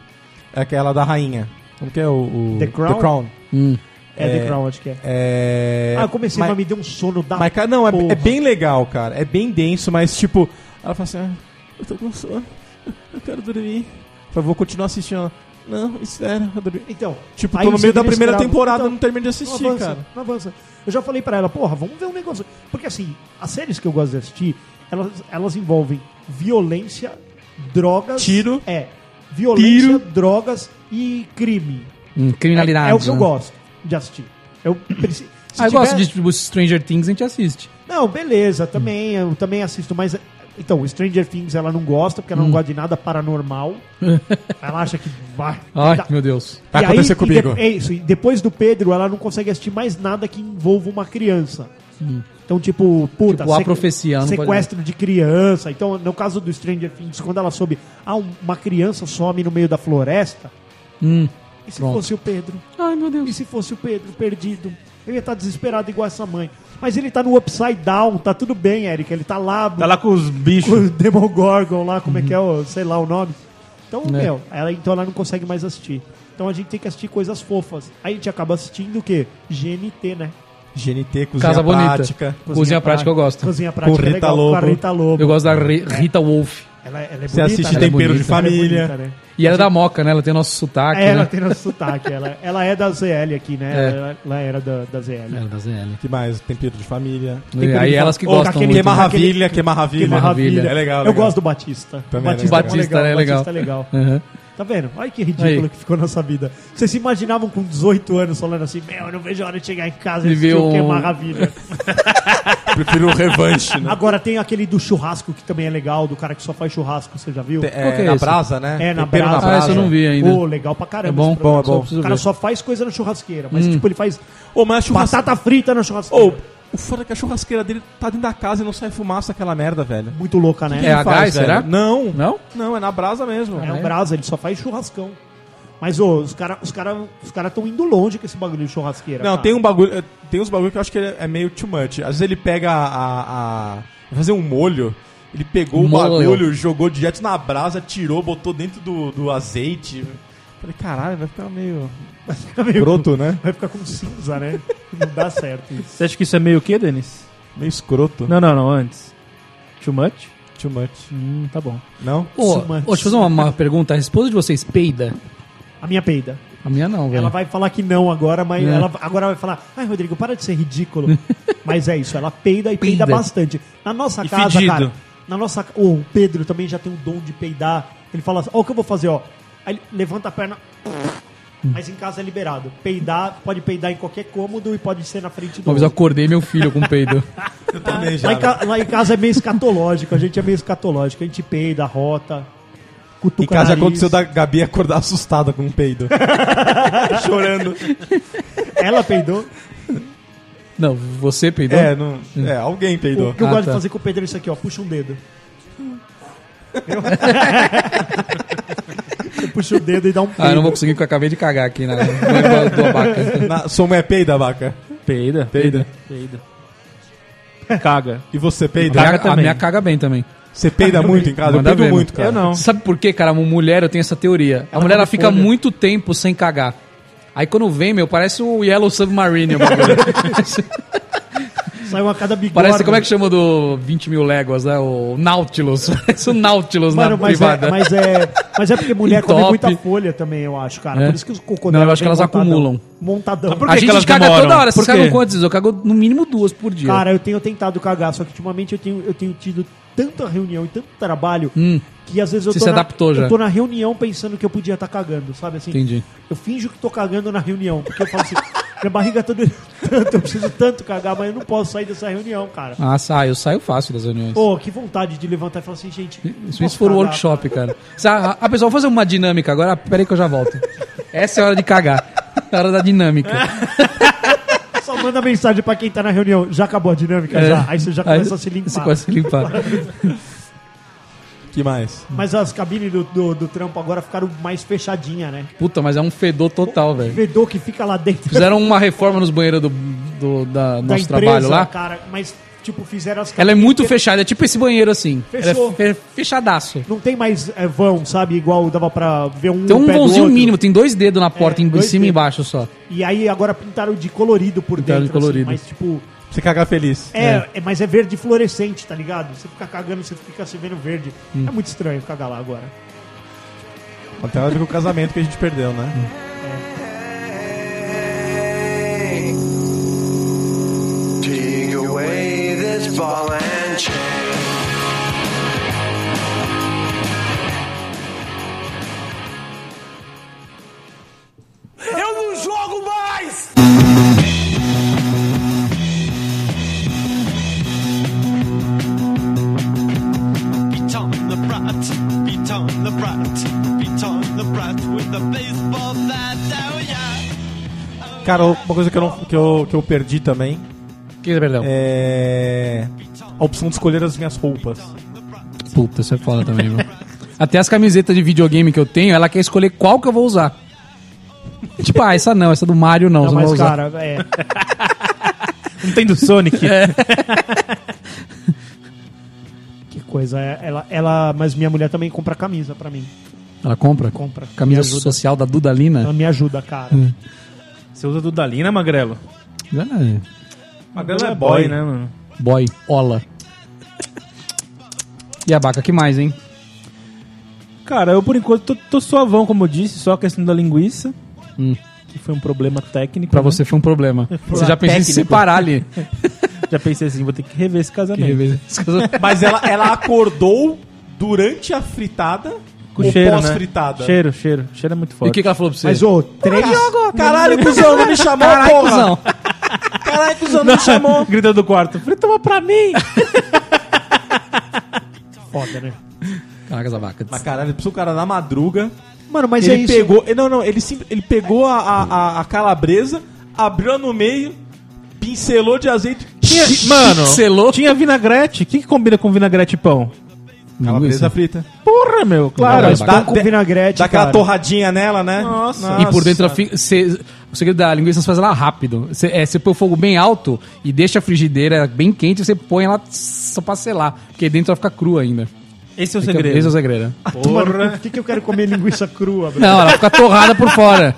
Speaker 2: é aquela da rainha. Como que é o. o-
Speaker 5: The Crown?
Speaker 4: Hum.
Speaker 5: É, The Crown, acho que é.
Speaker 2: É.
Speaker 5: Ah, eu comecei,
Speaker 2: mas,
Speaker 5: mas me deu um sono da.
Speaker 2: mas, cara, não, é,
Speaker 5: porra.
Speaker 2: é bem legal, cara. É bem denso, mas tipo. Ela fala assim: ah, eu tô com sono. Eu quero dormir. Eu falei, vou continuar assistindo. Ela, Não, espera, eu dormi.
Speaker 5: Então,
Speaker 2: Tipo,
Speaker 5: aí
Speaker 2: tô no
Speaker 5: você
Speaker 2: meio da
Speaker 5: vira
Speaker 2: primeira
Speaker 5: escravo.
Speaker 2: temporada,
Speaker 5: Então,
Speaker 2: não terminei de
Speaker 5: Não
Speaker 2: assistir,
Speaker 5: avança,
Speaker 2: cara.
Speaker 5: não avança. Eu já falei pra ela, porra, vamos ver um negócio. Porque assim, as séries que eu gosto de assistir, elas, elas envolvem violência, drogas.
Speaker 2: Tiro.
Speaker 5: É. Violência,
Speaker 2: Tiro.
Speaker 5: drogas e crime.
Speaker 4: Hum, criminalidade.
Speaker 5: É, é o que eu
Speaker 4: né?
Speaker 5: gosto de assistir. Eu preciso. se
Speaker 4: Ah, eu
Speaker 5: tiver-
Speaker 4: gosto de tipo, Stranger Things, a gente assiste.
Speaker 5: Não, beleza, também,
Speaker 2: Hum.
Speaker 5: eu também assisto, mas. Então, Stranger Things ela não gosta, porque ela
Speaker 2: Hum.
Speaker 5: não gosta de
Speaker 2: [laughs]
Speaker 5: nada paranormal. ela acha que vai.
Speaker 4: Ai,
Speaker 5: dá-
Speaker 4: meu Deus.
Speaker 2: Vai
Speaker 5: e
Speaker 2: acontecer
Speaker 5: aí,
Speaker 2: comigo.
Speaker 5: e de- é isso. E depois do Pedro, ela não consegue assistir mais nada que envolva uma criança. Então, tipo, puta.
Speaker 4: Tipo, a
Speaker 5: sequ-
Speaker 4: profecia, não pode-
Speaker 5: Sequestro de criança. Então, no caso do Stranger Things, quando ela soube, ah, um- uma criança some no meio da floresta.
Speaker 4: Hum.
Speaker 5: E se
Speaker 4: Pronto.
Speaker 5: fosse o Pedro?
Speaker 4: Ai, meu Deus.
Speaker 5: E se fosse o Pedro perdido? Eu ia estar desesperado igual essa mãe. Mas ele tá no upside down, tá tudo bem, Erika. Ele tá lá,
Speaker 7: Tá lá com os bichos.
Speaker 5: com o Demogorgon lá, como é que é, o, sei lá o nome. Então,
Speaker 4: É.
Speaker 5: meu, ela, então ela não consegue mais assistir. Então a gente tem que assistir coisas fofas. Aí a gente acaba assistindo o quê? GNT, né?
Speaker 2: GNT, cozinha
Speaker 4: Casa Bonita.
Speaker 2: prática.
Speaker 4: Cozinha, prática eu gosto.
Speaker 5: Cozinha prática
Speaker 2: Com
Speaker 5: é
Speaker 2: Rita
Speaker 5: legal,
Speaker 2: Lobo.
Speaker 5: com a Rita Lobo.
Speaker 4: Eu gosto da Ri- Rita Wolf.
Speaker 5: Ela, ela é
Speaker 2: Você
Speaker 5: bonita,
Speaker 2: assiste
Speaker 5: né?
Speaker 2: Tempero
Speaker 4: Ela é
Speaker 2: de
Speaker 5: Ela é
Speaker 2: Família.
Speaker 5: bonita, né?
Speaker 4: E ela é da Moca, né? Ela tem o nosso sotaque,
Speaker 5: É, ela
Speaker 4: né?
Speaker 5: tem nosso sotaque. Ela, ela é da ZL aqui, né?
Speaker 4: É.
Speaker 5: Ela, ela era da, da ZL.
Speaker 4: Ela é da ZL.
Speaker 2: Que mais? Tempero de família.
Speaker 4: Aí elas que
Speaker 2: Ô,
Speaker 4: gostam
Speaker 2: aquele-
Speaker 4: muito. né?
Speaker 2: Que maravilha, que maravilha.
Speaker 5: Que maravilha.
Speaker 2: É legal,
Speaker 5: Eu
Speaker 2: legal.
Speaker 5: gosto do Batista.
Speaker 2: Também é
Speaker 5: é
Speaker 2: legal.
Speaker 5: mó
Speaker 4: Batista, né? É legal.
Speaker 5: Batista é legal.
Speaker 4: Aham.
Speaker 5: Tá vendo? Olha que ridículo
Speaker 4: Aí.
Speaker 5: que ficou nossa vida. Vocês se imaginavam com 18 anos falando assim, meu, eu não vejo a hora de chegar em casa e
Speaker 4: Viver
Speaker 5: assistir o que é
Speaker 4: um-
Speaker 5: maravilha.
Speaker 4: [laughs]
Speaker 2: Prefiro o revanche, né?
Speaker 5: Agora tem aquele do churrasco que também é legal, do cara que só faz churrasco, você já viu?
Speaker 4: Qual que é
Speaker 2: na
Speaker 4: esse?
Speaker 2: brasa, né?
Speaker 5: É, na
Speaker 2: Tempero
Speaker 5: brasa.
Speaker 4: Ah, esse eu não vi ainda.
Speaker 5: Pô, legal pra caramba.
Speaker 4: É bom? Hum.
Speaker 5: esse programa.
Speaker 2: Bom, é bom.
Speaker 5: O cara só faz coisa na churrasqueira, mas tipo, ele faz
Speaker 2: Ô, mas a churrasqueira...
Speaker 5: batata frita na
Speaker 2: Ô,
Speaker 5: churrasqueira.
Speaker 2: o foda é que a churrasqueira dele tá dentro da casa e não sai fumaça aquela merda, velho.
Speaker 5: Muito louca, né?
Speaker 4: É a
Speaker 2: Não faz,
Speaker 4: gás,
Speaker 2: velho.
Speaker 4: será?
Speaker 2: Não.
Speaker 4: Não?
Speaker 2: Não, é na brasa mesmo.
Speaker 5: É um brasa, ele só faz churrascão. Mas, ô, os caras os cara, os cara tão indo longe com esse bagulho de churrasqueira.
Speaker 2: Não,
Speaker 5: cara.
Speaker 2: tem um bagulho... Tem uns bagulho que eu acho que é é meio too much. Às vezes ele pega a... a- a- vai fazer um molho... Ele pegou
Speaker 4: Molhou.
Speaker 2: o bagulho, jogou direto na brasa, tirou, botou dentro do, do azeite. Falei, caralho, vai ficar meio. Escroto, né?
Speaker 5: Vai ficar com cinza, né? Não dá certo isso.
Speaker 3: Você acha que isso é meio o quê, Denis?
Speaker 2: Meio escroto.
Speaker 3: Não, não, não, antes. Too much?
Speaker 2: Too much.
Speaker 3: Hum, tá bom.
Speaker 2: Não?
Speaker 4: Ô,
Speaker 5: Sumante.
Speaker 4: ô, deixa eu fazer uma, uma pergunta. A esposa de vocês peida?
Speaker 5: A minha peida.
Speaker 4: A minha não, velho.
Speaker 5: Ela vai falar que não agora, mas
Speaker 4: É.
Speaker 5: ela agora vai falar: ai, Rodrigo, para de ser ridículo. mas é isso, ela peida e peida,
Speaker 4: Peida.
Speaker 5: bastante. Na nossa
Speaker 7: E
Speaker 5: casa,
Speaker 7: fedido.
Speaker 5: cara. Na nossa ca- Ô, o Pedro também já tem o dom de peidar. Ele fala assim: ó, o que eu vou fazer, ó. Aí ele levanta a perna. Mas em casa é liberado. Peidar, pode peidar em qualquer cômodo e pode ser na frente do.
Speaker 4: Uma vez eu
Speaker 5: outro.
Speaker 4: acordei meu filho com
Speaker 5: [laughs]
Speaker 4: peido.
Speaker 2: Eu também
Speaker 5: Lá
Speaker 2: já. né?
Speaker 5: em, ca- lá em casa é meio escatológico, a gente é meio escatológico. A gente peida, rota,
Speaker 2: Em
Speaker 5: cutuca
Speaker 2: casa é
Speaker 5: nariz.
Speaker 2: aconteceu da Gabi acordar assustada com um peido. Chorando.
Speaker 5: Ela peidou.
Speaker 4: Não, você peidou?
Speaker 2: [laughs] É, não, é, alguém peidou.
Speaker 5: O que eu
Speaker 4: Ah,
Speaker 5: gosto
Speaker 4: tá.
Speaker 5: de fazer com o Pedro é isso aqui, ó. Puxa
Speaker 4: [laughs]
Speaker 5: um dedo. Eu... puxa o dedo e dá um
Speaker 4: Ah, eu
Speaker 5: peido.
Speaker 4: não vou conseguir porque eu acabei de cagar aqui na na- do abaca.
Speaker 2: Na, sua mulher peida, vaca?
Speaker 3: Peida.
Speaker 2: Peida.
Speaker 3: Peida. [laughs] Caga.
Speaker 2: E você peida?
Speaker 4: A minha, a
Speaker 3: também.
Speaker 4: minha caga bem também.
Speaker 2: Você peida muito em casa? Eu
Speaker 4: Manda
Speaker 2: peido
Speaker 4: ver,
Speaker 2: muito,
Speaker 4: mano.
Speaker 2: cara.
Speaker 3: Eu não.
Speaker 4: Sabe por quê, cara? Uma mulher, eu tenho essa teoria. A mulher ela fica muito tempo sem cagar. Aí quando vem, meu, parece o Yellow Submarine. o
Speaker 5: [laughs]
Speaker 4: bagulho.
Speaker 5: Sai uma cada bigorna.
Speaker 4: parece, como é que chama do 20 mil léguas, né? O Nautilus. [laughs] Parece o Nautilus
Speaker 5: Mano,
Speaker 4: na
Speaker 5: mas
Speaker 4: privada.
Speaker 5: é, mas, é, mas é porque
Speaker 4: E
Speaker 5: mulher come
Speaker 4: [laughs] top.
Speaker 5: muita folha também, eu acho, cara.
Speaker 4: É.
Speaker 5: Por isso que os cocô
Speaker 4: Não, eu
Speaker 5: dela
Speaker 4: acho que
Speaker 5: vem
Speaker 4: elas
Speaker 5: montadão.
Speaker 4: acumulam.
Speaker 5: Montadão.
Speaker 7: por
Speaker 4: a
Speaker 7: que que
Speaker 4: gente
Speaker 7: elas
Speaker 4: caga
Speaker 7: demoram?
Speaker 4: toda hora. Vocês
Speaker 7: Por
Speaker 4: cagam
Speaker 7: quê?
Speaker 4: quantas vezes? Eu cago no mínimo duas por dia.
Speaker 5: Cara, eu tenho tentado cagar, só que ultimamente eu tenho, eu tenho tido tanta reunião e tanto trabalho
Speaker 4: Hum.
Speaker 5: que às vezes eu
Speaker 4: Você
Speaker 5: tô,
Speaker 4: se
Speaker 5: na,
Speaker 4: adaptou já.
Speaker 5: eu tô na reunião pensando que eu podia estar cagando, sabe assim?
Speaker 4: Entendi.
Speaker 5: Eu finjo que tô cagando na reunião, porque eu falo assim, [laughs] minha barriga tá doendo tanto, eu preciso tanto cagar, mas eu não posso sair dessa reunião, cara.
Speaker 4: Ah, sai, eu saio fácil das reuniões.
Speaker 5: Pô, que vontade de levantar e falar assim, gente. não
Speaker 4: Se isso
Speaker 5: posso
Speaker 4: for o
Speaker 5: cagar.
Speaker 4: workshop, cara. ah, Se A, a pessoa, vamos fazer uma dinâmica agora. Ah, Peraí que eu já volto. Essa é a hora de cagar. É a hora da dinâmica.
Speaker 5: Só manda mensagem pra quem tá na reunião. Já acabou a dinâmica?
Speaker 4: É.
Speaker 5: Já. [laughs] Aí você já começa a se limpar.
Speaker 4: Você começa a se limpar.
Speaker 5: [laughs]
Speaker 2: que mais?
Speaker 5: Mas as cabines do, do, do trampo agora ficaram mais fechadinha, né?
Speaker 4: Puta, mas é um fedor total, velho.
Speaker 5: Vedor que fica lá dentro.
Speaker 4: Fizeram uma reforma nos banheiros do, do da,
Speaker 5: da
Speaker 4: nosso
Speaker 5: empresa,
Speaker 4: trabalho lá.
Speaker 5: cara, mas tipo, fizeram as
Speaker 4: Ela é
Speaker 5: cabines
Speaker 4: muito
Speaker 5: que-
Speaker 4: fechada, é tipo esse banheiro assim.
Speaker 5: Fechou.
Speaker 4: Ela é fe- fechadaço.
Speaker 5: Não tem mais é, vão, sabe? Igual dava pra ver um
Speaker 4: Tem
Speaker 5: no
Speaker 4: um
Speaker 5: pé do
Speaker 4: vãozinho
Speaker 5: outro. É,
Speaker 4: mínimo, tem dois dedos na porta, em
Speaker 5: dois
Speaker 4: cima e
Speaker 5: dedos.
Speaker 4: embaixo só.
Speaker 5: E aí agora pintaram de colorido por
Speaker 4: Pintaram de
Speaker 5: dentro, assim,
Speaker 4: colorido.
Speaker 5: mas tipo...
Speaker 2: Você cagar feliz.
Speaker 5: É, é, mas é verde fluorescente, tá ligado? Você fica cagando, você fica se vendo verde.
Speaker 4: Hum.
Speaker 5: É muito estranho cagar lá agora.
Speaker 2: Até a ver com o casamento que a gente perdeu, né?
Speaker 8: Take away this ball and chain.
Speaker 1: Beat on the brat, beat on the brat, beat on the brat with the baseball bat, oh yeah.
Speaker 2: Cara, uma coisa que eu, não- que eu, que eu perdi também
Speaker 4: Que perdão.
Speaker 2: é a opção de escolher as minhas roupas.
Speaker 4: Puta, isso é foda também, viu? [laughs] Até as camisetas de videogame que eu tenho, ela quer escolher qual que eu vou usar. Tipo, ah, essa não, essa do Mario não,
Speaker 5: Não,
Speaker 4: você não
Speaker 5: mas
Speaker 4: vai usar.
Speaker 5: cara, é...
Speaker 3: Não tem do
Speaker 2: [laughs]
Speaker 3: Sonic?
Speaker 2: É.
Speaker 5: Que coisa, é- ela, ela... Mas minha mulher também compra camisa pra mim.
Speaker 4: Ela compra?
Speaker 5: Compra.
Speaker 4: Camisa
Speaker 5: Me ajuda.
Speaker 4: social da Dudalina.
Speaker 5: Ela me ajuda, cara.
Speaker 4: Hum.
Speaker 3: Você usa do Dalina, Magrelo?
Speaker 4: É,
Speaker 3: Magrelo
Speaker 2: é boy,
Speaker 3: né, mano?
Speaker 4: Boy, Ola. E a Baca, que mais, hein?
Speaker 3: Cara, eu por enquanto tô, tô suavão, como eu disse, só a questão da linguiça.
Speaker 4: Hum.
Speaker 3: Que foi um problema técnico.
Speaker 4: Pra
Speaker 3: né?
Speaker 4: você foi um problema. Você já pensou em
Speaker 3: técnico.
Speaker 4: separar ali.
Speaker 7: [laughs]
Speaker 3: Já pensei assim, vou ter que rever esse
Speaker 7: É.
Speaker 3: casamento.
Speaker 4: [laughs]
Speaker 2: Mas ela, ela acordou durante a fritada
Speaker 3: Com
Speaker 2: ou
Speaker 3: cheiro, né?
Speaker 2: pós-fritada?
Speaker 3: Cheiro, cheiro. Cheiro é muito
Speaker 4: E o
Speaker 3: forte.
Speaker 4: que, que ela falou pra você?
Speaker 5: Mas, ô, três...
Speaker 7: [laughs]
Speaker 2: Caralho, cuzão, não me chamou,
Speaker 4: Caralho,
Speaker 2: porra!
Speaker 4: cuzão.
Speaker 2: Caralho,
Speaker 3: [laughs]
Speaker 2: cuzão, não me chamou!
Speaker 3: Grita do quarto. Frita uma pra
Speaker 7: [laughs]
Speaker 3: mim!
Speaker 5: Foda, né?
Speaker 4: Caraca, essa vaca.
Speaker 2: Mas caralho, precisa o cara na madruga.
Speaker 5: Mano, mas é
Speaker 2: ele
Speaker 5: isso.
Speaker 2: pegou. Não, não, ele, sim, ele pegou a, a, a- a calabresa, abriu ela no meio, pincelou de azeite.
Speaker 3: Tinha- mano,
Speaker 4: Selou?
Speaker 3: tinha vinagrete. O que, que combina com vinagrete e pão?
Speaker 7: é
Speaker 4: é
Speaker 2: Calabresa frita.
Speaker 3: Porra, meu, claro.
Speaker 5: Mas
Speaker 4: Mas
Speaker 5: pão
Speaker 2: dá-
Speaker 5: com
Speaker 2: dá-
Speaker 5: vinagrete,
Speaker 2: Dá aquela
Speaker 5: cara.
Speaker 2: torradinha nela, né? Nossa.
Speaker 4: E por dentro ela fica. cê- O segredo da linguiça é você fazer ela rápido. Você, é, você põe o fogo bem alto e deixa a frigideira bem quente e você põe ela só pra selar. Porque dentro ela fica crua ainda.
Speaker 7: Esse é o
Speaker 4: Fica-
Speaker 7: segredo.
Speaker 4: Esse é o segredo.
Speaker 5: Porra. Por que, que eu quero comer linguiça crua, velho?
Speaker 4: Não, ela fica torrada por fora.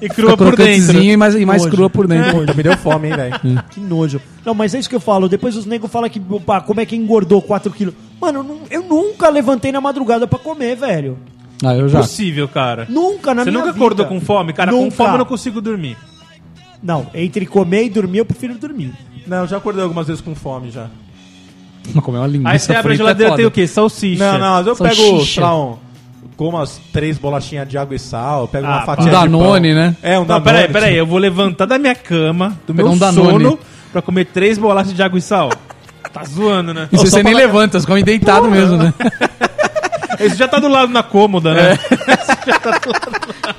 Speaker 7: E
Speaker 4: Fica
Speaker 7: [laughs] crua por dentro.
Speaker 4: crocantezinho e mais, e mais crua por dentro.
Speaker 2: Puta, me deu fome, hein, velho.
Speaker 5: Que nojo. Não, mas é isso que eu falo. Depois os negros falam que, pá, como é que engordou 4 quilos. Mano, eu nu- eu nunca levantei na madrugada pra comer, velho.
Speaker 4: Ah, eu já.
Speaker 7: é Possível, cara.
Speaker 5: Nunca na
Speaker 7: Você
Speaker 5: minha
Speaker 7: nunca
Speaker 5: vida.
Speaker 7: acordou com fome? Cara, com
Speaker 5: Nunca.
Speaker 7: fome eu não consigo dormir.
Speaker 5: Não, entre comer e dormir, eu prefiro dormir.
Speaker 2: Não, já acordei algumas vezes com fome já.
Speaker 4: Comer uma
Speaker 7: Aí você
Speaker 4: linguiça
Speaker 7: abre a
Speaker 4: frita é
Speaker 7: geladeira
Speaker 4: foda.
Speaker 7: tem o quê? Salsicha.
Speaker 2: Não, não, mas eu
Speaker 4: Salsicha.
Speaker 2: pego, sei lá, um, como as três bolachinhas de água e sal, pego
Speaker 7: Ah,
Speaker 2: uma fatia
Speaker 4: Um
Speaker 2: de pão.
Speaker 4: Danone, né?
Speaker 2: É, um
Speaker 7: Não,
Speaker 2: Danone.
Speaker 7: peraí, peraí. Eu vou levantar da minha cama, do
Speaker 4: Pegar
Speaker 7: meu
Speaker 4: um Danone.
Speaker 7: sono, pra comer três bolachas de água e sal. tá zoando, né?
Speaker 4: E
Speaker 7: Ô,
Speaker 4: se
Speaker 7: só
Speaker 4: você nem
Speaker 7: pra-
Speaker 4: levanta, você come deitado mesmo, né?
Speaker 7: Esse já tá do lado na cômoda,
Speaker 3: É.
Speaker 7: né?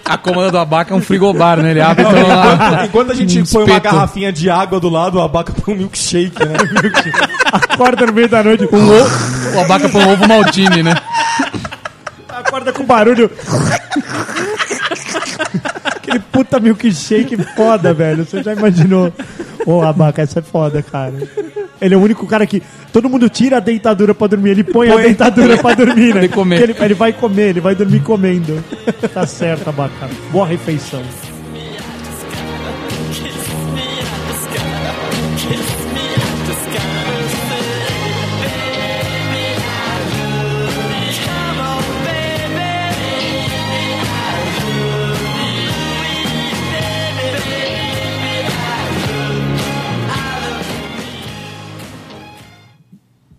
Speaker 4: A comanda do abaca é um frigobar, né? Ele abre e
Speaker 2: Não,
Speaker 4: tem lá.
Speaker 2: enquanto,
Speaker 7: [laughs]
Speaker 2: enquanto a gente
Speaker 4: Um
Speaker 2: põe uma
Speaker 4: espeto.
Speaker 2: garrafinha de água do lado, o abaca põe um milkshake, né?
Speaker 5: Acorda no meio da noite.
Speaker 4: Um ovo, o abaca põe um ovo maltine, né?
Speaker 5: Acorda com barulho. Aquele puta milkshake foda, velho. Você já imaginou? Ô, Abaca, essa é foda, cara. Ele é o único cara que. Todo mundo tira a deitadura pra dormir. Ele põe, a deitadura pra dormir, né?
Speaker 4: Ele comer.
Speaker 5: Porque Ele, ele vai comer, ele vai dormir comendo. Tá certo, Abaca. Boa refeição.
Speaker 1: Kiss me at the sky. Kiss me at the sky.